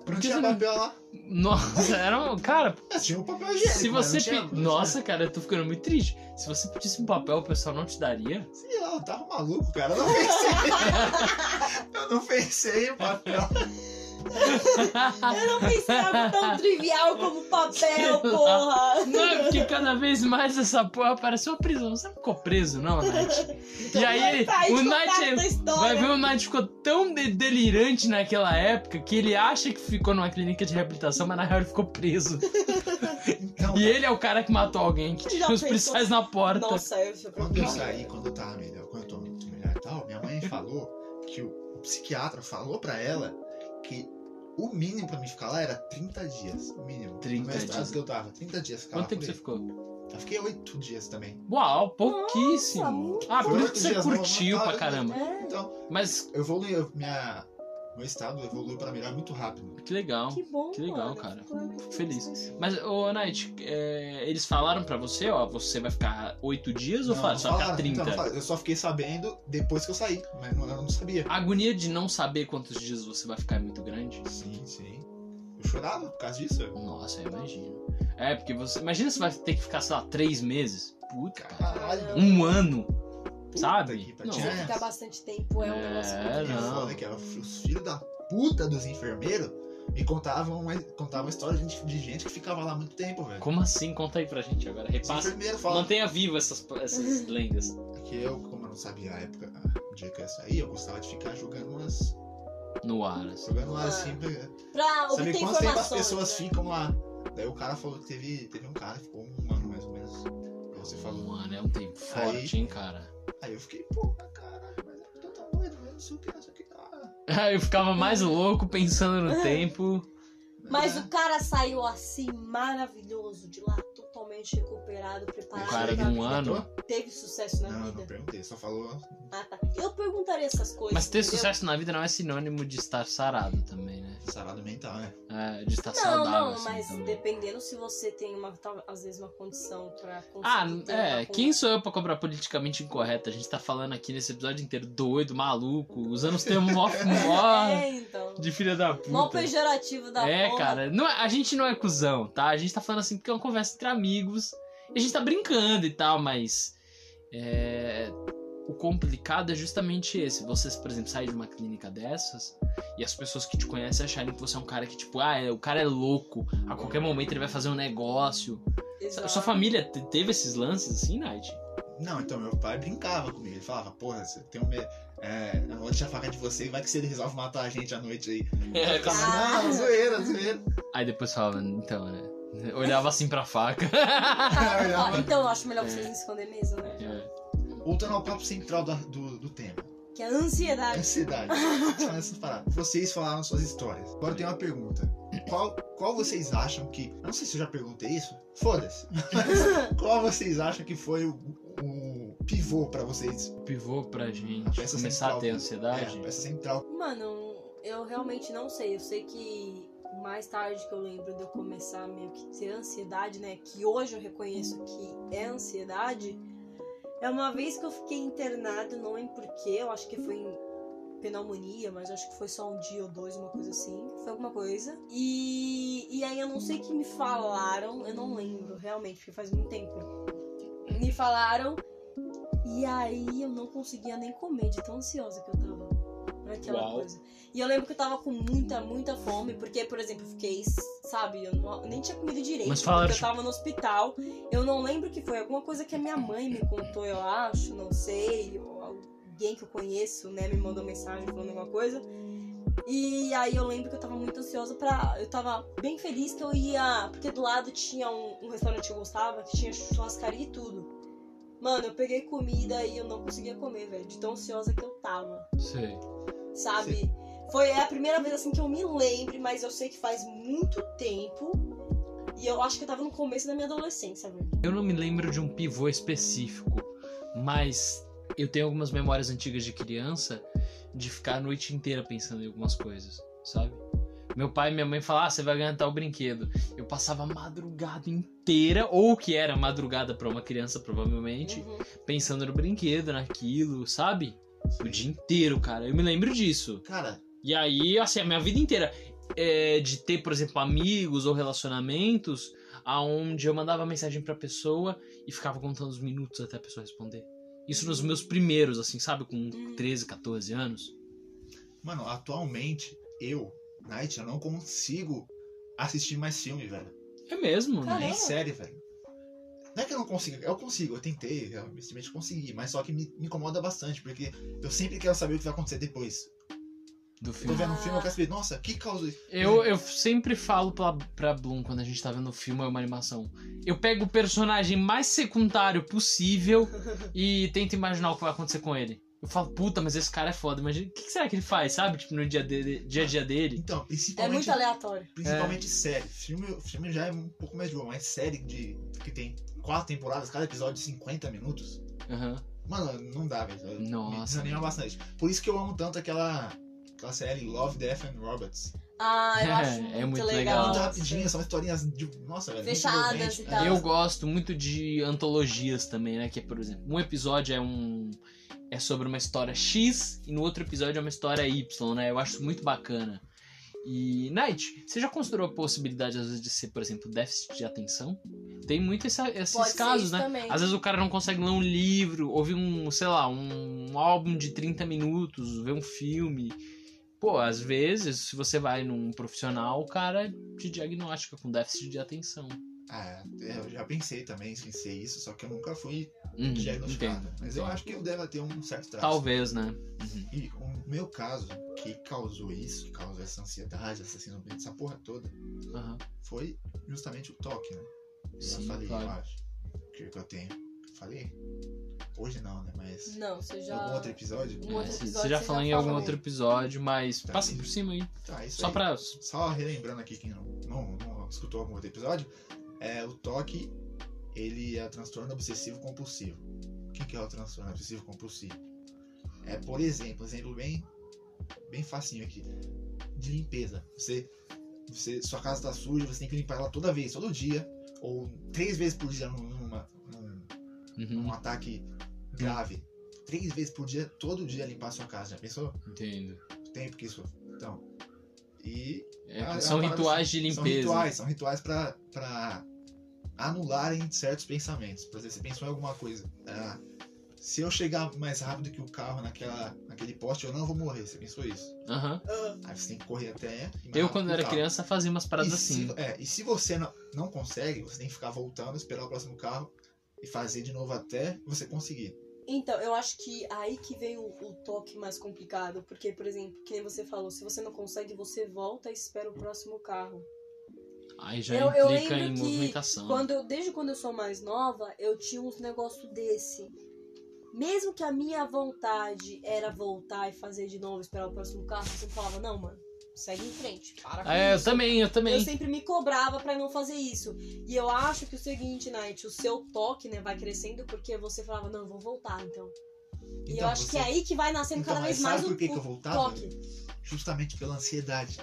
[SPEAKER 1] Porque não
[SPEAKER 2] que
[SPEAKER 1] tinha
[SPEAKER 2] você não-
[SPEAKER 1] papel lá.
[SPEAKER 2] Nossa, era um. Cara,
[SPEAKER 1] É, tinha um papel higiênico.
[SPEAKER 2] se
[SPEAKER 1] mas
[SPEAKER 2] você.
[SPEAKER 1] não tinha- né?
[SPEAKER 2] pe- Nossa, cara, eu tô ficando muito triste. Se você pedisse um papel, o pessoal não te daria?
[SPEAKER 1] Sei lá, eu tava maluco, cara. Eu não
[SPEAKER 2] <laughs>
[SPEAKER 1] pensei. eu não pensei em papel.
[SPEAKER 3] Eu não pensei em algo tão trivial como
[SPEAKER 2] <laughs>
[SPEAKER 3] papel,
[SPEAKER 2] Sei lá.
[SPEAKER 3] porra!
[SPEAKER 2] Não, porque cada vez mais essa porra parece uma prisão. Você não ficou preso, não,
[SPEAKER 1] <laughs>
[SPEAKER 2] Nath?
[SPEAKER 1] Então,
[SPEAKER 2] E aí,
[SPEAKER 1] tá,
[SPEAKER 3] Pra
[SPEAKER 2] o
[SPEAKER 3] gente
[SPEAKER 2] Nath.
[SPEAKER 3] contar essa
[SPEAKER 2] Vai
[SPEAKER 3] história.
[SPEAKER 2] ver, o Nath ficou tão de- delirante naquela época que ele acha que ficou numa clínica de reabilitação, mas na real ele ficou preso.
[SPEAKER 1] Então,
[SPEAKER 2] E ele é o cara que matou alguém, que
[SPEAKER 3] Já
[SPEAKER 2] tinha os
[SPEAKER 3] pensou?
[SPEAKER 2] policiais na porta.
[SPEAKER 3] Nossa, eu fui
[SPEAKER 1] quando eu saí, quando eu tava melhor, quando eu tô muito melhor e tal, minha mãe falou que o psiquiatra falou pra ela que o mínimo pra mim ficar lá era 30 dias. O mínimo.
[SPEAKER 2] 30
[SPEAKER 1] No estado
[SPEAKER 2] dias.
[SPEAKER 1] que eu tava, 30 dias ficar
[SPEAKER 2] Quanto
[SPEAKER 1] lá
[SPEAKER 2] tempo
[SPEAKER 1] por
[SPEAKER 2] você
[SPEAKER 1] aí.
[SPEAKER 2] ficou?
[SPEAKER 1] Eu fiquei 8 dias também.
[SPEAKER 2] Uau, pouquíssimo.
[SPEAKER 3] muito
[SPEAKER 2] ah, por
[SPEAKER 1] pouco.
[SPEAKER 2] isso que você
[SPEAKER 1] Dias não,
[SPEAKER 2] curtiu
[SPEAKER 1] não,
[SPEAKER 2] pra
[SPEAKER 1] não.
[SPEAKER 2] caramba.
[SPEAKER 3] É,
[SPEAKER 1] Então,
[SPEAKER 2] Mas
[SPEAKER 1] eu evolui, eu- minha, meu estado evoluiu pra melhor muito rápido.
[SPEAKER 2] que legal.
[SPEAKER 3] que bom,
[SPEAKER 2] Que legal,
[SPEAKER 3] mano.
[SPEAKER 2] cara.
[SPEAKER 3] Fico realmente
[SPEAKER 2] Fico feliz. Mas, ô, Nath, é, eles falaram pra você, ó, você vai ficar oito dias ou
[SPEAKER 1] Não,
[SPEAKER 2] fala-
[SPEAKER 1] não
[SPEAKER 2] só ficar
[SPEAKER 1] falaram, então,
[SPEAKER 2] 30?
[SPEAKER 1] não falaram. eu só fiquei sabendo depois que eu saí, mas não, eu não sabia.
[SPEAKER 2] A agonia de não saber quantos dias você vai ficar é muito grande?
[SPEAKER 1] Sim, sim. Eu chorava por causa disso.
[SPEAKER 2] Nossa, eu imagino. É, porque você. Imagina se vai ter que ficar, sei lá, três meses. Puta, cara.
[SPEAKER 1] Caralho.
[SPEAKER 2] Um ano.
[SPEAKER 1] puta
[SPEAKER 2] sabe?
[SPEAKER 1] que
[SPEAKER 2] Não.
[SPEAKER 1] pariu.
[SPEAKER 3] Ficar bastante tempo é um negócio
[SPEAKER 2] É,
[SPEAKER 3] muito
[SPEAKER 1] E o
[SPEAKER 2] não.
[SPEAKER 1] foda é que era os filhos da puta dos enfermeiros me contavam, uma- contavam história de, de gente que ficava lá muito tempo, velho.
[SPEAKER 2] Como assim? Conta aí pra gente agora.
[SPEAKER 1] Os
[SPEAKER 2] Repassa.
[SPEAKER 1] enfermeiros falam
[SPEAKER 2] Mantenha viva essas, essas lendas.
[SPEAKER 1] que eu, como eu não sabia a época, o dia que eu saí, eu gostava de ficar jogando umas.
[SPEAKER 2] No ar, assim.
[SPEAKER 1] jogando lá
[SPEAKER 3] Ah.
[SPEAKER 1] assim pra
[SPEAKER 3] Pra obter
[SPEAKER 1] saber quanto tempo as
[SPEAKER 3] informações.
[SPEAKER 1] pessoas
[SPEAKER 3] né?
[SPEAKER 1] ficam lá. Daí o cara falou que teve, teve um cara que ficou um ano mais ou menos. Aí você falou.
[SPEAKER 2] Um ano é um tempo forte, hein, cara. <laughs>
[SPEAKER 1] Aí eu fiquei, porra, caralho, mas eu tô tão doido, eu não sei o que, não sei o que. Ah,
[SPEAKER 2] Eu ficava mais louco pensando no tempo.
[SPEAKER 3] Mas
[SPEAKER 1] né?
[SPEAKER 3] o cara saiu assim, maravilhoso, de lá totalmente recuperado,
[SPEAKER 2] Um
[SPEAKER 3] preparado.
[SPEAKER 2] cara de
[SPEAKER 3] pra
[SPEAKER 2] um
[SPEAKER 3] vida.
[SPEAKER 2] ano.
[SPEAKER 3] Teve sucesso na
[SPEAKER 1] Não,
[SPEAKER 3] vida.
[SPEAKER 1] não perguntei, só falou
[SPEAKER 3] Ah, tá. Eu perguntaria essas coisas.
[SPEAKER 2] Mas ter
[SPEAKER 3] entendeu?
[SPEAKER 2] sucesso na vida não é sinônimo de estar sarado também, né?
[SPEAKER 1] sarado mental, né?
[SPEAKER 2] É, de estar
[SPEAKER 3] Não,
[SPEAKER 2] saudável.
[SPEAKER 3] não,
[SPEAKER 2] assim,
[SPEAKER 3] mas
[SPEAKER 2] também.
[SPEAKER 3] dependendo se você tem uma, tal- às vezes, uma condição pra conseguir.
[SPEAKER 2] Ah,
[SPEAKER 3] ter um
[SPEAKER 2] é.
[SPEAKER 3] uma
[SPEAKER 2] Quem sou eu pra cobrar politicamente incorreto? A gente tá falando aqui nesse episódio inteiro doido, maluco, usando os termos
[SPEAKER 3] <laughs>
[SPEAKER 2] mó,
[SPEAKER 3] condição-
[SPEAKER 2] mó
[SPEAKER 3] <laughs> É, então.
[SPEAKER 2] de filha da
[SPEAKER 3] Mó
[SPEAKER 2] puta.
[SPEAKER 3] pejorativo da
[SPEAKER 2] É,
[SPEAKER 3] porra.
[SPEAKER 2] cara. Não, é- a gente não é cuzão, tá? A gente tá falando assim porque é uma conversa entre amigos. E a gente tá brincando e tal, mas. é, o complicado é justamente esse. Vocês, por exemplo, saem de uma clínica dessas e as pessoas que te conhecem acharem que você é um cara que, tipo, ah, é- o cara é louco, a qualquer momento ele vai fazer um negócio.
[SPEAKER 3] Exato.
[SPEAKER 2] Sua família te- teve esses lances assim, Night?
[SPEAKER 1] Não, então meu pai brincava comigo. Ele falava, porra, você tem um medo. É, eu vou deixar a faca de você e vai que você resolve matar a gente à noite aí. Eu ficava,
[SPEAKER 3] Ah.
[SPEAKER 1] não, zoeira,
[SPEAKER 3] <laughs>
[SPEAKER 1] zoeira.
[SPEAKER 2] É. Aí depois falava, então, né? Olhava assim pra faca. <laughs>
[SPEAKER 3] Ah,
[SPEAKER 1] Olha,
[SPEAKER 3] ah,
[SPEAKER 1] mano.
[SPEAKER 3] então eu acho melhor
[SPEAKER 2] É.
[SPEAKER 3] vocês esconder mesmo, né?
[SPEAKER 2] É.
[SPEAKER 1] Voltando ao papo central da- do, do tema:
[SPEAKER 3] Que é a ansiedade.
[SPEAKER 1] ansiedade. Então, essas paradas. Vocês falaram suas histórias. Agora tem uma pergunta. Qual, qual vocês acham que. eu Não sei se eu já perguntei isso. Foda-se. Mas qual vocês acham que foi o, o pivô pra vocês?
[SPEAKER 2] Pivô pra
[SPEAKER 1] A
[SPEAKER 2] gente
[SPEAKER 1] peça
[SPEAKER 2] começar a
[SPEAKER 1] central
[SPEAKER 2] ter
[SPEAKER 1] do-
[SPEAKER 2] ansiedade.
[SPEAKER 1] É, a peça central.
[SPEAKER 3] Mano, eu realmente não sei. Eu sei que mais tarde que eu lembro de eu começar a meio que ter ansiedade, né? Que hoje eu reconheço que é ansiedade. É uma vez que eu fiquei internado, não lembro porquê, eu acho que foi em pneumonia, mas acho que foi só um dia ou dois, uma coisa assim. Foi alguma coisa. E, e aí eu não sei o que me falaram, eu não lembro realmente, porque faz muito tempo. Me falaram, e aí eu não conseguia nem comer, de tão ansiosa que eu tava naquela
[SPEAKER 4] Uau.
[SPEAKER 3] coisa. E eu lembro que eu tava com muita, muita fome, porque, por exemplo, eu fiquei, sabe, eu não- nem tinha comido direito,
[SPEAKER 2] Mas falaram-
[SPEAKER 3] porque eu tava no hospital. Eu não lembro o que foi, alguma coisa que a minha mãe me contou, eu acho, não sei, ou alguém que eu conheço, né, me mandou mensagem falando alguma coisa. E aí eu lembro que eu tava muito ansiosa pra. Eu tava bem feliz que eu ia. Porque do lado tinha um, um restaurante que eu gostava, que tinha churrascaria e tudo. Mano, eu peguei comida e eu não conseguia comer, velho. De tão ansiosa que eu tava
[SPEAKER 2] Sei.
[SPEAKER 3] sabe? Foi a primeira vez assim que eu me lembre, mas eu sei que faz muito tempo. E eu acho que eu tava no começo da minha adolescência, velho.
[SPEAKER 2] Eu não me lembro de um pivô específico, mas eu tenho algumas memórias antigas de criança de ficar a noite inteira pensando em algumas coisas, sabe? Meu pai e minha mãe falavam, ah, você vai ganhar tal brinquedo. Eu passava a madrugada inteira, ou o que era madrugada pra uma criança, provavelmente,
[SPEAKER 3] Uhum.
[SPEAKER 2] pensando no brinquedo, naquilo, sabe? O dia inteiro, cara. Eu me lembro disso.
[SPEAKER 1] Cara,
[SPEAKER 2] E aí, assim, a minha vida inteira é, de ter, por exemplo, amigos ou relacionamentos aonde eu mandava mensagem pra pessoa e ficava contando os minutos até a pessoa responder. Isso nos meus primeiros, assim, sabe? Com
[SPEAKER 3] Hum.
[SPEAKER 2] 13, 14 anos.
[SPEAKER 1] mano, atualmente eu, Night, eu não consigo assistir mais filme, velho.
[SPEAKER 2] É mesmo,
[SPEAKER 3] Cara,
[SPEAKER 2] né?
[SPEAKER 1] Nem
[SPEAKER 3] Caramba.
[SPEAKER 1] série, velho. Não é que eu não consigo, eu consigo, eu tentei, eu simplesmente consegui, mas só que me, me incomoda bastante, porque eu sempre quero saber o que vai acontecer depois.
[SPEAKER 2] Do
[SPEAKER 1] Eu tô
[SPEAKER 2] filme.
[SPEAKER 1] vendo um filme, eu quero saber, nossa, que causa isso?
[SPEAKER 2] Eu, eu sempre falo pra, pra Bloom quando a gente tá vendo um filme ou uma animação. Eu pego o personagem mais secundário possível e tento imaginar o que vai acontecer com ele. Eu falo, puta, mas esse cara é foda. Imagina, o que que será que ele faz, sabe? Tipo, no dia, dele, dia a dia dele.
[SPEAKER 1] Então,
[SPEAKER 3] É
[SPEAKER 1] principalmente,
[SPEAKER 3] muito aleatório.
[SPEAKER 1] principalmente
[SPEAKER 2] É.
[SPEAKER 1] série. Filme, filme já é um pouco mais de boa, mas série de, que tem quatro temporadas, cada episódio de 50 minutos.
[SPEAKER 2] Aham.
[SPEAKER 1] Mano, não dá, velho. Eu- Me
[SPEAKER 2] Nossa.
[SPEAKER 1] desanima bastante. Por isso que eu amo tanto aquela, aquela série Love, Death and Robots.
[SPEAKER 3] Ah, eu acho
[SPEAKER 2] <laughs> É,
[SPEAKER 3] muito,
[SPEAKER 2] é muito
[SPEAKER 1] É
[SPEAKER 2] legal.
[SPEAKER 1] muito
[SPEAKER 2] Nossa.
[SPEAKER 1] rapidinha, são historinhas de. Nossa, velho. muito
[SPEAKER 3] Fechadas
[SPEAKER 1] envolvente.
[SPEAKER 3] e tal.
[SPEAKER 2] Eu gosto muito de antologias também, né? Que é, por exemplo, um episódio é um. é sobre uma história X e no outro episódio é uma história Y, né? Eu acho isso muito bacana. E, Night, você já considerou a possibilidade, às vezes, de ser, por exemplo, déficit de atenção? Tem muito essa- esses
[SPEAKER 3] Pode ser
[SPEAKER 2] casos,
[SPEAKER 3] isso
[SPEAKER 2] né?
[SPEAKER 3] também.
[SPEAKER 2] Às vezes o cara não consegue ler um livro, ouvir um, sei lá, um álbum de 30 minutos, ver um filme. Pô, às vezes, se você vai num profissional, o cara te diagnostica com déficit de atenção.
[SPEAKER 1] Ah, eu já pensei também em ser isso, só que eu nunca fui
[SPEAKER 2] Hum,
[SPEAKER 1] diagnosticado.
[SPEAKER 2] entendo,
[SPEAKER 1] Mas eu
[SPEAKER 2] entendo.
[SPEAKER 1] acho que eu deva ter um certo traço.
[SPEAKER 2] Talvez, né?
[SPEAKER 1] E o meu caso, que causou isso, que causou essa ansiedade, essa síndrome, essa porra toda,
[SPEAKER 2] Aham.
[SPEAKER 1] foi justamente o toque, né? Eu já
[SPEAKER 2] Sim,
[SPEAKER 1] falei,
[SPEAKER 2] claro.
[SPEAKER 1] eu acho. Que que eu tenho. Falei? Hoje não, né? Mas.
[SPEAKER 3] Não, você
[SPEAKER 1] em
[SPEAKER 3] já.
[SPEAKER 1] algum outro episódio?
[SPEAKER 3] Um outro
[SPEAKER 2] É,
[SPEAKER 3] episódio
[SPEAKER 2] você já
[SPEAKER 3] você
[SPEAKER 2] falou
[SPEAKER 3] já
[SPEAKER 2] em algum
[SPEAKER 1] falou.
[SPEAKER 2] outro episódio, mas
[SPEAKER 1] Tá.
[SPEAKER 2] passa por cima aí.
[SPEAKER 1] Tá, isso
[SPEAKER 2] Só
[SPEAKER 1] aí.
[SPEAKER 2] pra.
[SPEAKER 1] Só relembrando aqui quem não, não, não escutou algum outro episódio, é, o toque ele é transtorno obsessivo compulsivo. O que, que é o transtorno obsessivo compulsivo? É, por exemplo, exemplo bem, bem facinho aqui, de limpeza. Você, você, sua casa tá suja, você tem que limpar ela toda vez, todo dia, ou três vezes por dia num- numa, num,
[SPEAKER 2] Uhum,
[SPEAKER 1] num ataque grave. Três vezes por dia, todo dia limpar a sua casa. Já pensou?
[SPEAKER 2] Uhum. entendo.
[SPEAKER 1] O tempo que isso. Então. E
[SPEAKER 2] É,
[SPEAKER 1] ah,
[SPEAKER 2] são
[SPEAKER 1] é uma parada
[SPEAKER 2] rituais de
[SPEAKER 1] assim,
[SPEAKER 2] limpeza.
[SPEAKER 1] São rituais, são rituais pra, pra anularem certos pensamentos. Por exemplo, você pensou em alguma coisa. ah, se eu chegar mais rápido que o carro naquela, naquele poste, eu não vou morrer. Você pensou isso?
[SPEAKER 2] Aham.
[SPEAKER 3] Ah,
[SPEAKER 1] Aí você tem que correr até. e mais
[SPEAKER 2] Eu,
[SPEAKER 1] rápido
[SPEAKER 2] quando
[SPEAKER 1] que o
[SPEAKER 2] era
[SPEAKER 1] carro.
[SPEAKER 2] criança, fazia umas paradas
[SPEAKER 1] e se,
[SPEAKER 2] assim.
[SPEAKER 1] é, e se você não, não consegue, você tem que ficar voltando, esperar o próximo carro e fazer de novo até você conseguir.
[SPEAKER 3] Então, eu acho que aí que vem o, o toque mais complicado. Porque, por exemplo, que nem você falou, se você não consegue, você volta e espera o próximo carro.
[SPEAKER 2] assim. Aí já
[SPEAKER 3] Eu- eu
[SPEAKER 2] implica em
[SPEAKER 3] lembro que
[SPEAKER 2] movimentação.
[SPEAKER 3] Quando eu- desde quando eu sou mais nova, eu tinha uns negócios desse. Mesmo que a minha vontade era voltar e fazer de novo, esperar o próximo carro, eu sempre falava, não, mano, segue em frente, para com
[SPEAKER 2] Ah, é, eu
[SPEAKER 3] isso.
[SPEAKER 2] também, eu também.
[SPEAKER 3] Eu sempre me cobrava pra não fazer isso. E eu acho que o seguinte, Night, o seu toque, né, vai crescendo porque você falava, não, eu vou voltar, então. E eu
[SPEAKER 1] Então,
[SPEAKER 3] acho
[SPEAKER 1] você-
[SPEAKER 3] que é aí que vai nascendo
[SPEAKER 1] Então,
[SPEAKER 3] cada
[SPEAKER 1] mas
[SPEAKER 3] vez
[SPEAKER 1] sabe
[SPEAKER 3] mais um o,
[SPEAKER 1] por que, que eu
[SPEAKER 3] o
[SPEAKER 1] voltava?
[SPEAKER 3] toque.
[SPEAKER 1] Justamente pela ansiedade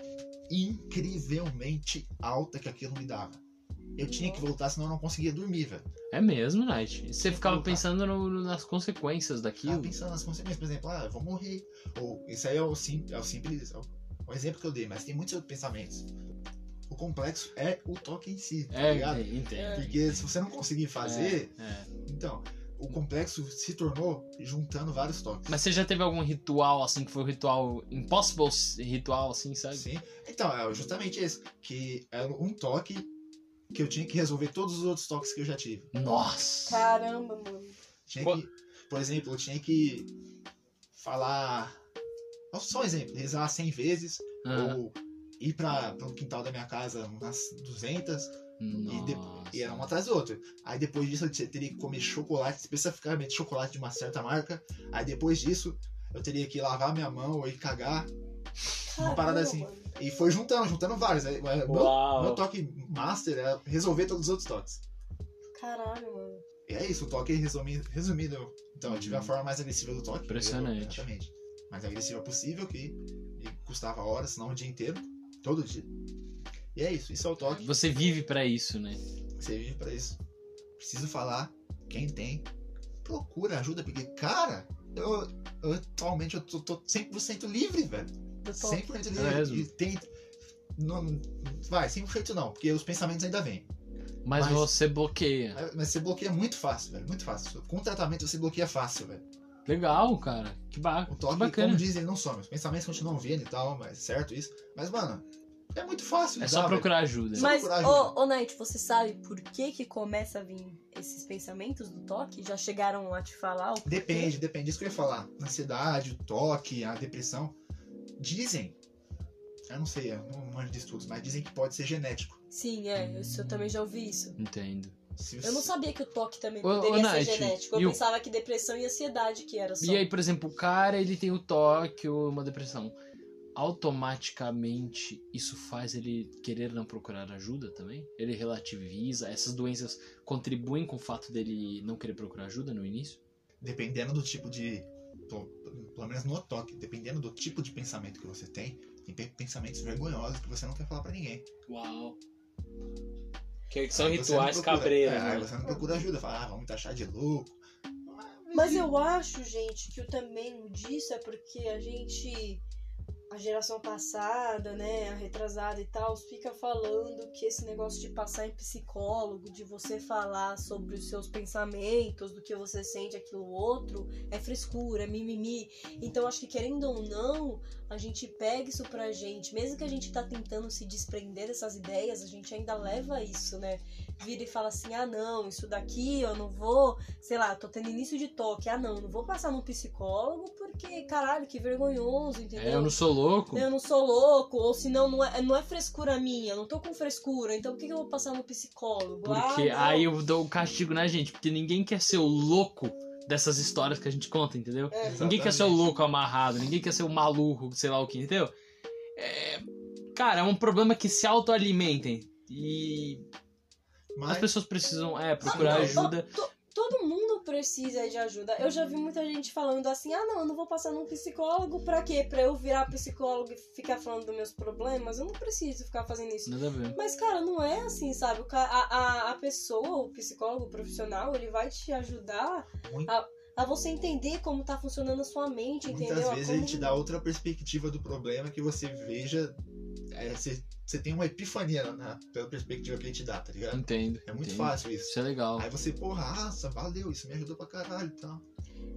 [SPEAKER 1] incrivelmente alta que aquilo me dava. Eu tinha que voltar, senão eu não conseguia dormir, velho.
[SPEAKER 2] É mesmo, Night. Você
[SPEAKER 1] que
[SPEAKER 2] ficava
[SPEAKER 1] voltar.
[SPEAKER 2] pensando no- no- nas consequências
[SPEAKER 1] Tava
[SPEAKER 2] daquilo.
[SPEAKER 1] pensando nas consequências, por exemplo, ah, eu vou morrer. Ou isso aí é o, sim, é o simples, é o, é o exemplo que eu dei, mas tem muitos outros pensamentos. O complexo é o toque em si, tá
[SPEAKER 2] é,
[SPEAKER 1] ligado?
[SPEAKER 2] entendo.
[SPEAKER 1] Porque se você não conseguir fazer,
[SPEAKER 2] É.
[SPEAKER 1] então, o complexo se tornou juntando vários toques.
[SPEAKER 2] Mas você já teve algum ritual, assim, que foi o ritual impossible ritual, assim, sabe?
[SPEAKER 1] Sim. Então, é justamente esse, que era um toque que eu tinha que resolver todos os outros toques que eu já tive.
[SPEAKER 2] Nossa!
[SPEAKER 3] Caramba, mano.
[SPEAKER 1] Tinha
[SPEAKER 2] Qua-
[SPEAKER 1] que, por exemplo, eu tinha que falar. Só um exemplo, rezar 100 vezes,
[SPEAKER 2] Ah,
[SPEAKER 1] ou ir para o quintal da minha casa umas 200, e, de-
[SPEAKER 2] nossa.
[SPEAKER 1] e era uma atrás da outra. Aí depois disso eu te- teria que comer chocolate, especificamente chocolate de uma certa marca. Aí depois disso eu teria que lavar minha mão ou ir cagar. Uma parada assim.
[SPEAKER 3] Mano.
[SPEAKER 1] E foi juntando, juntando vários. Aí, mas Meu, meu
[SPEAKER 2] Uau!
[SPEAKER 1] toque master era resolver todos os outros toques.
[SPEAKER 3] Caralho, mano.
[SPEAKER 1] E é isso, o toque resumido. resumido. Então, eu tive a forma mais agressiva do toque.
[SPEAKER 2] Uhum. Impressionante.
[SPEAKER 1] Eu- Exatamente. Mais agressiva possível, que me custava horas, senão o dia inteiro, todo dia. E é isso, isso é o toque.
[SPEAKER 2] Você vive pra isso, né?
[SPEAKER 1] Você vive pra isso. Preciso falar, quem tem, procura ajuda, porque, cara, eu, eu atualmente eu tô, tô 100% livre, velho.
[SPEAKER 3] Do toque.
[SPEAKER 1] 100%
[SPEAKER 2] É
[SPEAKER 1] livre.
[SPEAKER 2] mesmo?
[SPEAKER 1] E tem. Não, vai, 100% não, porque os pensamentos ainda vêm.
[SPEAKER 2] Mas,
[SPEAKER 1] Mas-
[SPEAKER 2] você bloqueia.
[SPEAKER 1] Mas você bloqueia muito fácil, velho. Muito fácil. Com tratamento você bloqueia fácil, velho.
[SPEAKER 2] Legal, cara. Que, ba...
[SPEAKER 1] O
[SPEAKER 2] que
[SPEAKER 1] toque,
[SPEAKER 2] bacana. É
[SPEAKER 1] como dizem, ele não some. Os pensamentos continuam vindo e tal, mas certo isso. Mas, mano, é muito fácil.
[SPEAKER 2] É
[SPEAKER 1] dá,
[SPEAKER 2] só
[SPEAKER 1] velho.
[SPEAKER 2] procurar ajuda.
[SPEAKER 1] Só
[SPEAKER 3] Mas,
[SPEAKER 1] coragem, né?
[SPEAKER 3] ô, ô Night, você sabe por que que começa a vir esses pensamentos do toque? Já chegaram a te falar? o porquê?
[SPEAKER 1] Depende, depende. Isso que eu ia falar. Ansiedade, o toque, a depressão. Dizem, eu não sei, eu não manjo de estudos, mas dizem que pode ser genético.
[SPEAKER 3] Sim, é. Isso, eu também já ouvi isso.
[SPEAKER 2] Entendo.
[SPEAKER 1] Se
[SPEAKER 3] Eu não
[SPEAKER 1] você-
[SPEAKER 3] sabia que o toque também
[SPEAKER 2] Ô, ô,
[SPEAKER 3] poderia ser
[SPEAKER 2] Nath,
[SPEAKER 3] genético. Eu
[SPEAKER 2] e o-
[SPEAKER 3] pensava que depressão e ansiedade que era só.
[SPEAKER 2] E aí, por exemplo, o cara, ele tem o toque ou uma depressão. Automaticamente, isso faz ele querer não procurar ajuda também? Ele relativiza? Essas doenças contribuem com o fato dele não querer procurar ajuda no início?
[SPEAKER 1] Dependendo do tipo de. pelo- Pelo menos no toque, dependendo do tipo de pensamento que você tem, tem pe- pensamentos vergonhosos que você não quer falar pra ninguém.
[SPEAKER 5] Uau. Que
[SPEAKER 1] Aí você não procura. É,
[SPEAKER 5] né?
[SPEAKER 2] né?
[SPEAKER 1] aí você não procura ajuda, fala, ah, vão me taxar de louco.
[SPEAKER 3] Mas eu acho, gente, que o também disso é porque a gente, a geração passada, né, a retrasada e tal, fica falando que esse negócio de passar em psicólogo, de você falar sobre os seus pensamentos, do que você sente, aquilo outro, é frescura, é mimimi. Então acho que querendo ou não, a gente pega isso pra gente. Mesmo que a gente tá tentando se desprender dessas ideias, a gente ainda leva isso, né? Vira e fala assim, ah não, isso daqui eu não vou sei lá, tô tendo início de toque. Ah, não, não vou passar num psicólogo porque, caralho, que vergonhoso, entendeu?
[SPEAKER 2] É, eu não sou louco?
[SPEAKER 3] Eu não sou louco, ou senão não é, não é frescura minha, eu não tô com frescura, então por que, que eu vou passar no psicólogo?
[SPEAKER 2] Porque
[SPEAKER 3] ah, não.
[SPEAKER 2] aí eu dou o castigo na gente, porque ninguém quer ser o louco dessas histórias que a gente conta, entendeu?
[SPEAKER 3] É.
[SPEAKER 2] Ninguém quer ser o louco amarrado, ninguém quer ser o maluco, sei lá o que, entendeu? É, cara, é um problema que se autoalimentem. E as
[SPEAKER 1] Mas
[SPEAKER 2] pessoas precisam é, procurar
[SPEAKER 1] Ah, não.
[SPEAKER 2] ajuda.
[SPEAKER 3] To- Todo mundo precisa de ajuda. Eu já vi muita gente falando assim: ah, não, eu não vou passar num psicólogo. Pra quê? Pra eu virar psicólogo e ficar falando dos meus problemas? Eu não preciso ficar fazendo isso.
[SPEAKER 2] Nada a ver.
[SPEAKER 3] Mas, cara, não é assim, sabe? O ca- A, a, a pessoa, o psicólogo, o profissional, ele vai te ajudar
[SPEAKER 1] Muito.
[SPEAKER 3] a, a você entender como tá funcionando a sua mente,
[SPEAKER 1] muitas
[SPEAKER 3] entendeu? A
[SPEAKER 1] vezes
[SPEAKER 3] como-
[SPEAKER 1] ele te dá outra perspectiva do problema que você veja. é, você, você tem uma epifania na- na- pela perspectiva que ele te dá, tá ligado?
[SPEAKER 2] Entendo.
[SPEAKER 1] É muito
[SPEAKER 2] entendo.
[SPEAKER 1] fácil isso.
[SPEAKER 2] Isso é legal.
[SPEAKER 1] Aí você, porra, nossa, valeu, isso me ajudou pra caralho e tal.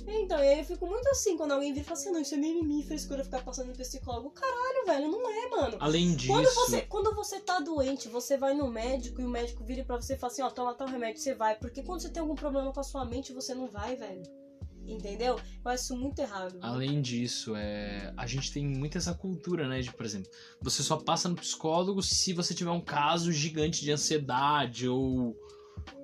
[SPEAKER 3] Então, e aí eu fico muito assim quando alguém vira e fala assim: não, isso é mimimi, frescura ficar passando no psicólogo. Caralho, velho, não é, mano.
[SPEAKER 2] Além disso,
[SPEAKER 3] Quando você, quando você tá doente, você vai no médico e o médico vira pra você e fala assim, ó, toma tal remédio, você vai. Porque quando você tem algum problema com a sua mente, você não vai, velho. Entendeu? Eu acho isso muito errado.
[SPEAKER 2] além disso, é, a gente tem muito essa cultura, né? De, por exemplo, você só passa no psicólogo se você tiver um caso gigante de ansiedade ou,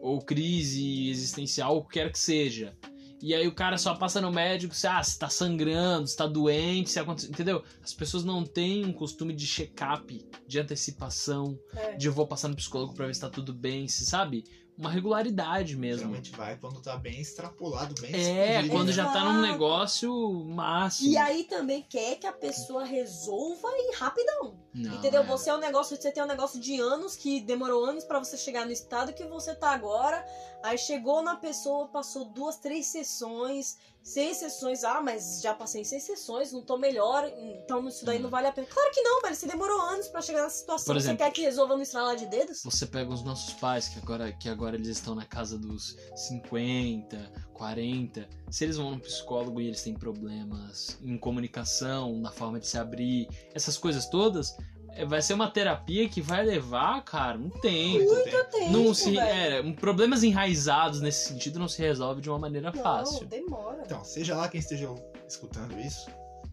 [SPEAKER 2] ou crise existencial, ou o que quer que seja. E aí o cara só passa no médico se, ah, se tá sangrando, se tá doente, se aconteceu. Entendeu? As pessoas não têm um costume de check-up, de antecipação.
[SPEAKER 3] É.
[SPEAKER 2] de eu vou passar no psicólogo pra ver se tá tudo bem, se sabe? uma regularidade mesmo.
[SPEAKER 1] Geralmente vai quando tá bem extrapolado, bem
[SPEAKER 2] É,
[SPEAKER 1] explodido,
[SPEAKER 2] quando
[SPEAKER 1] né?
[SPEAKER 2] já tá num negócio
[SPEAKER 3] E
[SPEAKER 2] máximo.
[SPEAKER 3] aí também quer que a pessoa resolva e rapidão.
[SPEAKER 2] Não,
[SPEAKER 3] entendeu?
[SPEAKER 2] é.
[SPEAKER 3] Você é um negócio, você tem um negócio de anos que demorou anos pra você chegar no estado que você tá agora. Aí chegou na pessoa, passou duas, três sessões, seis sessões. Ah, mas já passei seis sessões, não tô melhor, então isso daí
[SPEAKER 2] Hum.
[SPEAKER 3] não vale a pena. Claro que não, velho. Você demorou anos pra chegar nessa situação.
[SPEAKER 2] Por
[SPEAKER 3] você
[SPEAKER 2] exemplo.
[SPEAKER 3] quer que resolva no estralar de dedos?
[SPEAKER 2] Você pega os nossos pais, que agora, que agora eles estão na casa dos 50, 40. Se eles vão no psicólogo e eles têm problemas em comunicação, na forma de se abrir, essas coisas todas, é, vai ser uma terapia que vai levar, cara, um tempo.
[SPEAKER 1] Muito tempo.
[SPEAKER 3] Tempo,
[SPEAKER 2] Não se,
[SPEAKER 3] velho.
[SPEAKER 2] é, problemas enraizados nesse sentido não se resolve de uma maneira
[SPEAKER 3] Não,
[SPEAKER 2] é fácil.
[SPEAKER 3] demora.
[SPEAKER 1] Então, seja lá quem esteja escutando isso,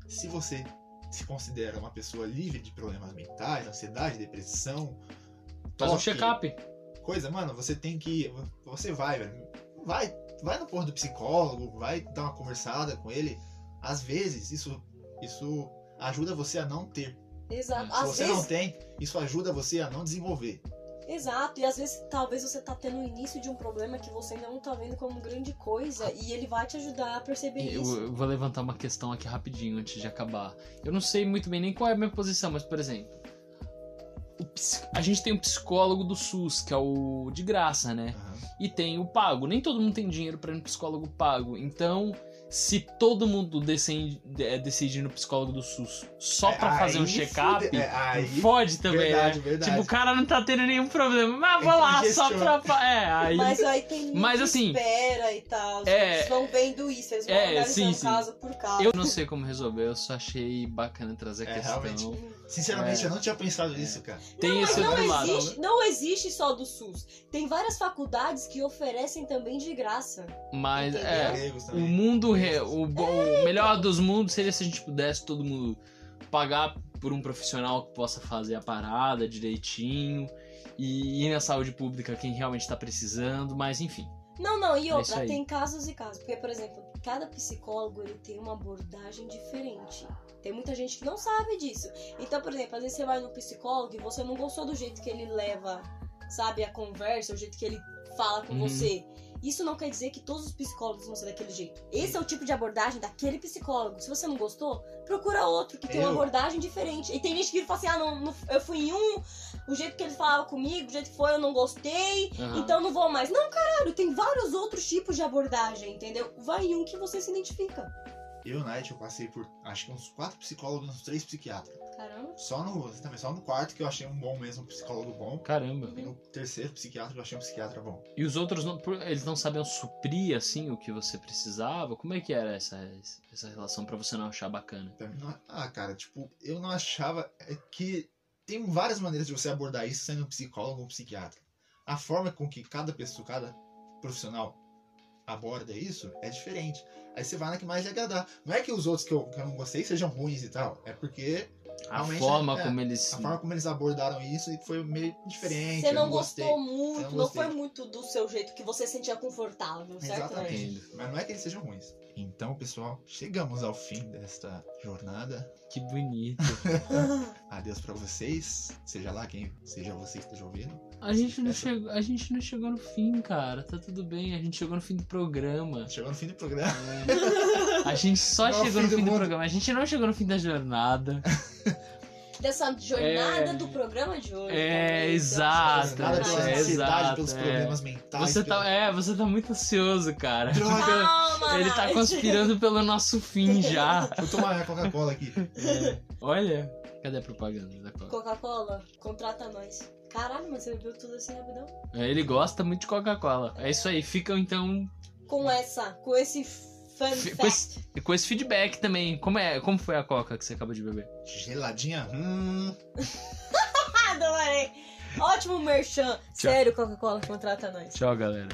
[SPEAKER 1] se você se considera uma pessoa livre de problemas mentais, ansiedade, depressão,
[SPEAKER 2] Faz um
[SPEAKER 1] toque,
[SPEAKER 2] check-up.
[SPEAKER 1] coisa, mano, você tem que. Você vai, velho. Vai, vai na porra do psicólogo, vai dar uma conversada com ele. Às vezes, isso, isso ajuda você a não ter.
[SPEAKER 3] Exato.
[SPEAKER 2] É,
[SPEAKER 1] Se
[SPEAKER 3] Às
[SPEAKER 1] você
[SPEAKER 3] vezes,
[SPEAKER 1] não tem, isso ajuda você a não desenvolver.
[SPEAKER 3] Exato, e às vezes talvez você tá tendo o início de um problema que você ainda não tá vendo como grande coisa e ele vai te ajudar a
[SPEAKER 1] É
[SPEAKER 3] perceber
[SPEAKER 2] Eu,
[SPEAKER 3] isso.
[SPEAKER 2] eu vou levantar uma questão aqui rapidinho antes de acabar. Eu não sei muito bem nem qual é a minha posição, mas por exemplo, o ps- a gente tem um psicólogo do SUS, que é o de graça, né?
[SPEAKER 1] Aham.
[SPEAKER 2] E tem o pago. Nem todo mundo tem dinheiro pra ir no psicólogo pago. Então, se todo mundo decide, é, decide ir no psicólogo do SUS só pra
[SPEAKER 1] É,
[SPEAKER 2] fazer um
[SPEAKER 1] aí
[SPEAKER 2] check-up,
[SPEAKER 1] fude- é, aí,
[SPEAKER 2] fode também,
[SPEAKER 1] verdade,
[SPEAKER 2] né?
[SPEAKER 1] verdade.
[SPEAKER 2] Tipo, o cara não tá tendo nenhum problema, mas vou
[SPEAKER 1] Ele
[SPEAKER 2] lá só
[SPEAKER 1] congestiona.
[SPEAKER 2] pra. fa- É, aí.
[SPEAKER 3] Mas aí tem muito
[SPEAKER 2] Mas, assim,
[SPEAKER 3] espera e tal.
[SPEAKER 2] é-
[SPEAKER 3] Eles vão vendo isso, eles vão
[SPEAKER 2] é,
[SPEAKER 3] analisando
[SPEAKER 2] sim, sim.
[SPEAKER 3] caso por caso.
[SPEAKER 2] Eu não sei como resolver, eu só achei bacana trazer a
[SPEAKER 1] É,
[SPEAKER 2] questão.
[SPEAKER 1] realmente. Sinceramente,
[SPEAKER 2] É.
[SPEAKER 1] eu não tinha pensado nisso, cara.
[SPEAKER 2] Tem
[SPEAKER 3] Mas
[SPEAKER 2] esse
[SPEAKER 3] não
[SPEAKER 2] outro lado. né?
[SPEAKER 3] existe, não existe só do SUS. Tem várias faculdades que oferecem também de graça.
[SPEAKER 2] Mas
[SPEAKER 3] Entendeu? É, então.
[SPEAKER 2] é.
[SPEAKER 1] Gregos
[SPEAKER 2] O
[SPEAKER 1] também.
[SPEAKER 2] mundo. re- o, bo- o melhor dos mundos seria se a gente pudesse todo mundo pagar por um profissional que possa fazer a parada direitinho. E ir na saúde pública quem realmente tá precisando, mas enfim.
[SPEAKER 3] Não, não, e
[SPEAKER 2] É isso
[SPEAKER 3] outra,
[SPEAKER 2] aí.
[SPEAKER 3] tem casos e casos. Porque, por exemplo, cada psicólogo ele tem uma abordagem diferente. Tem muita gente que não sabe disso. Então, por exemplo, às vezes você vai no psicólogo e você não gostou do jeito que ele leva, sabe, a conversa, o jeito que ele fala com
[SPEAKER 2] Uhum.
[SPEAKER 3] você. Isso não quer dizer que todos os psicólogos vão ser daquele jeito. Esse é o tipo de abordagem daquele psicólogo. Se você não gostou, procura outro que tem uma
[SPEAKER 1] Eu-
[SPEAKER 3] abordagem diferente. E tem gente que fala assim: ah, não, não- eu fui em um, o jeito que ele falava comigo, o jeito que foi, eu não gostei.
[SPEAKER 1] Ah.
[SPEAKER 2] Aham.
[SPEAKER 3] Então não vou mais. Não, caralho, tem vários outros tipos de abordagem, entendeu? Vai em um que você se identifica.
[SPEAKER 1] Eu, Night, eu passei por acho que uns quatro psicólogos, uns três psiquiatras.
[SPEAKER 3] Caramba.
[SPEAKER 1] Só no, também, só no quarto que eu achei um bom mesmo, um psicólogo bom.
[SPEAKER 2] Caramba.
[SPEAKER 1] E no terceiro psiquiatra que eu achei um psiquiatra bom.
[SPEAKER 2] E os outros não, por- eles não sabiam suprir assim o que você precisava? Como é que era essa, essa relação pra você não achar bacana?
[SPEAKER 1] Pra mim, não- Ah, cara, tipo, eu não achava é que tem várias maneiras de você abordar isso sendo um psicólogo ou um psiquiatra. A forma com que cada pessoa, cada profissional aborda isso é diferente. Aí você vai na que mais lhe agradar. Não é que os outros que eu, que eu não gostei sejam ruins e tal. É porque
[SPEAKER 2] A
[SPEAKER 1] Realmente,
[SPEAKER 2] forma
[SPEAKER 1] é,
[SPEAKER 2] como eles.
[SPEAKER 1] a forma como eles abordaram isso foi meio diferente.
[SPEAKER 3] Você
[SPEAKER 1] eu
[SPEAKER 3] não
[SPEAKER 1] gostei.
[SPEAKER 3] gostou muito,
[SPEAKER 1] Eu não
[SPEAKER 3] não,
[SPEAKER 1] gostei.
[SPEAKER 3] foi muito do seu jeito que você sentia confortável, certo?
[SPEAKER 1] Exatamente.
[SPEAKER 3] Né?
[SPEAKER 2] Entendo.
[SPEAKER 1] Mas não é que eles sejam ruins. Então, pessoal, chegamos ao fim desta jornada.
[SPEAKER 2] Que bonito.
[SPEAKER 1] Adeus pra vocês. Seja lá quem seja você que esteja ouvindo.
[SPEAKER 2] A gente, não
[SPEAKER 1] Essa-
[SPEAKER 2] chegou, a gente não chegou no fim, cara. Tá tudo bem. A gente chegou no fim do programa.
[SPEAKER 1] Chegou no Tá fim do programa.
[SPEAKER 2] A gente só
[SPEAKER 1] Não é o
[SPEAKER 2] chegou
[SPEAKER 1] fim
[SPEAKER 2] no
[SPEAKER 1] do
[SPEAKER 2] fim do,
[SPEAKER 1] mundo.
[SPEAKER 2] programa. A gente não chegou no fim da jornada.
[SPEAKER 3] <laughs> Dessa jornada
[SPEAKER 2] É.
[SPEAKER 3] do programa de hoje.
[SPEAKER 2] É,
[SPEAKER 3] também, então,
[SPEAKER 2] exato,
[SPEAKER 3] gente,
[SPEAKER 1] <laughs> Nada pela
[SPEAKER 2] é,
[SPEAKER 1] ansiedade,
[SPEAKER 2] exato,
[SPEAKER 1] pelos
[SPEAKER 2] é.
[SPEAKER 1] problemas mentais.
[SPEAKER 2] Você
[SPEAKER 1] pelo-
[SPEAKER 2] tá, é, você tá muito ansioso, cara.
[SPEAKER 1] então. Droga!
[SPEAKER 3] Calma,
[SPEAKER 2] Ele tá
[SPEAKER 3] Nath.
[SPEAKER 2] conspirando pelo
[SPEAKER 1] <laughs>
[SPEAKER 2] nosso fim já.
[SPEAKER 1] Vou tomar minha Coca-Cola aqui.
[SPEAKER 2] É. Olha. Cadê a propaganda? da Coca?
[SPEAKER 3] <laughs> Coca-Cola, contrata nós. Caralho, mas você bebeu tudo assim rapidão?
[SPEAKER 2] É, Ele gosta muito de Coca-Cola. É isso aí. Ficam então
[SPEAKER 3] Com essa, com esse fun
[SPEAKER 2] Fi- com
[SPEAKER 3] fact.
[SPEAKER 2] esse- com esse feedback também. Como, é, como foi a Coca que você acabou de beber?
[SPEAKER 1] Geladinha. Hum.
[SPEAKER 3] Ah, adorei. Ótimo merchan. Sério, Coca-Cola, contrata nós.
[SPEAKER 2] Tchau, galera.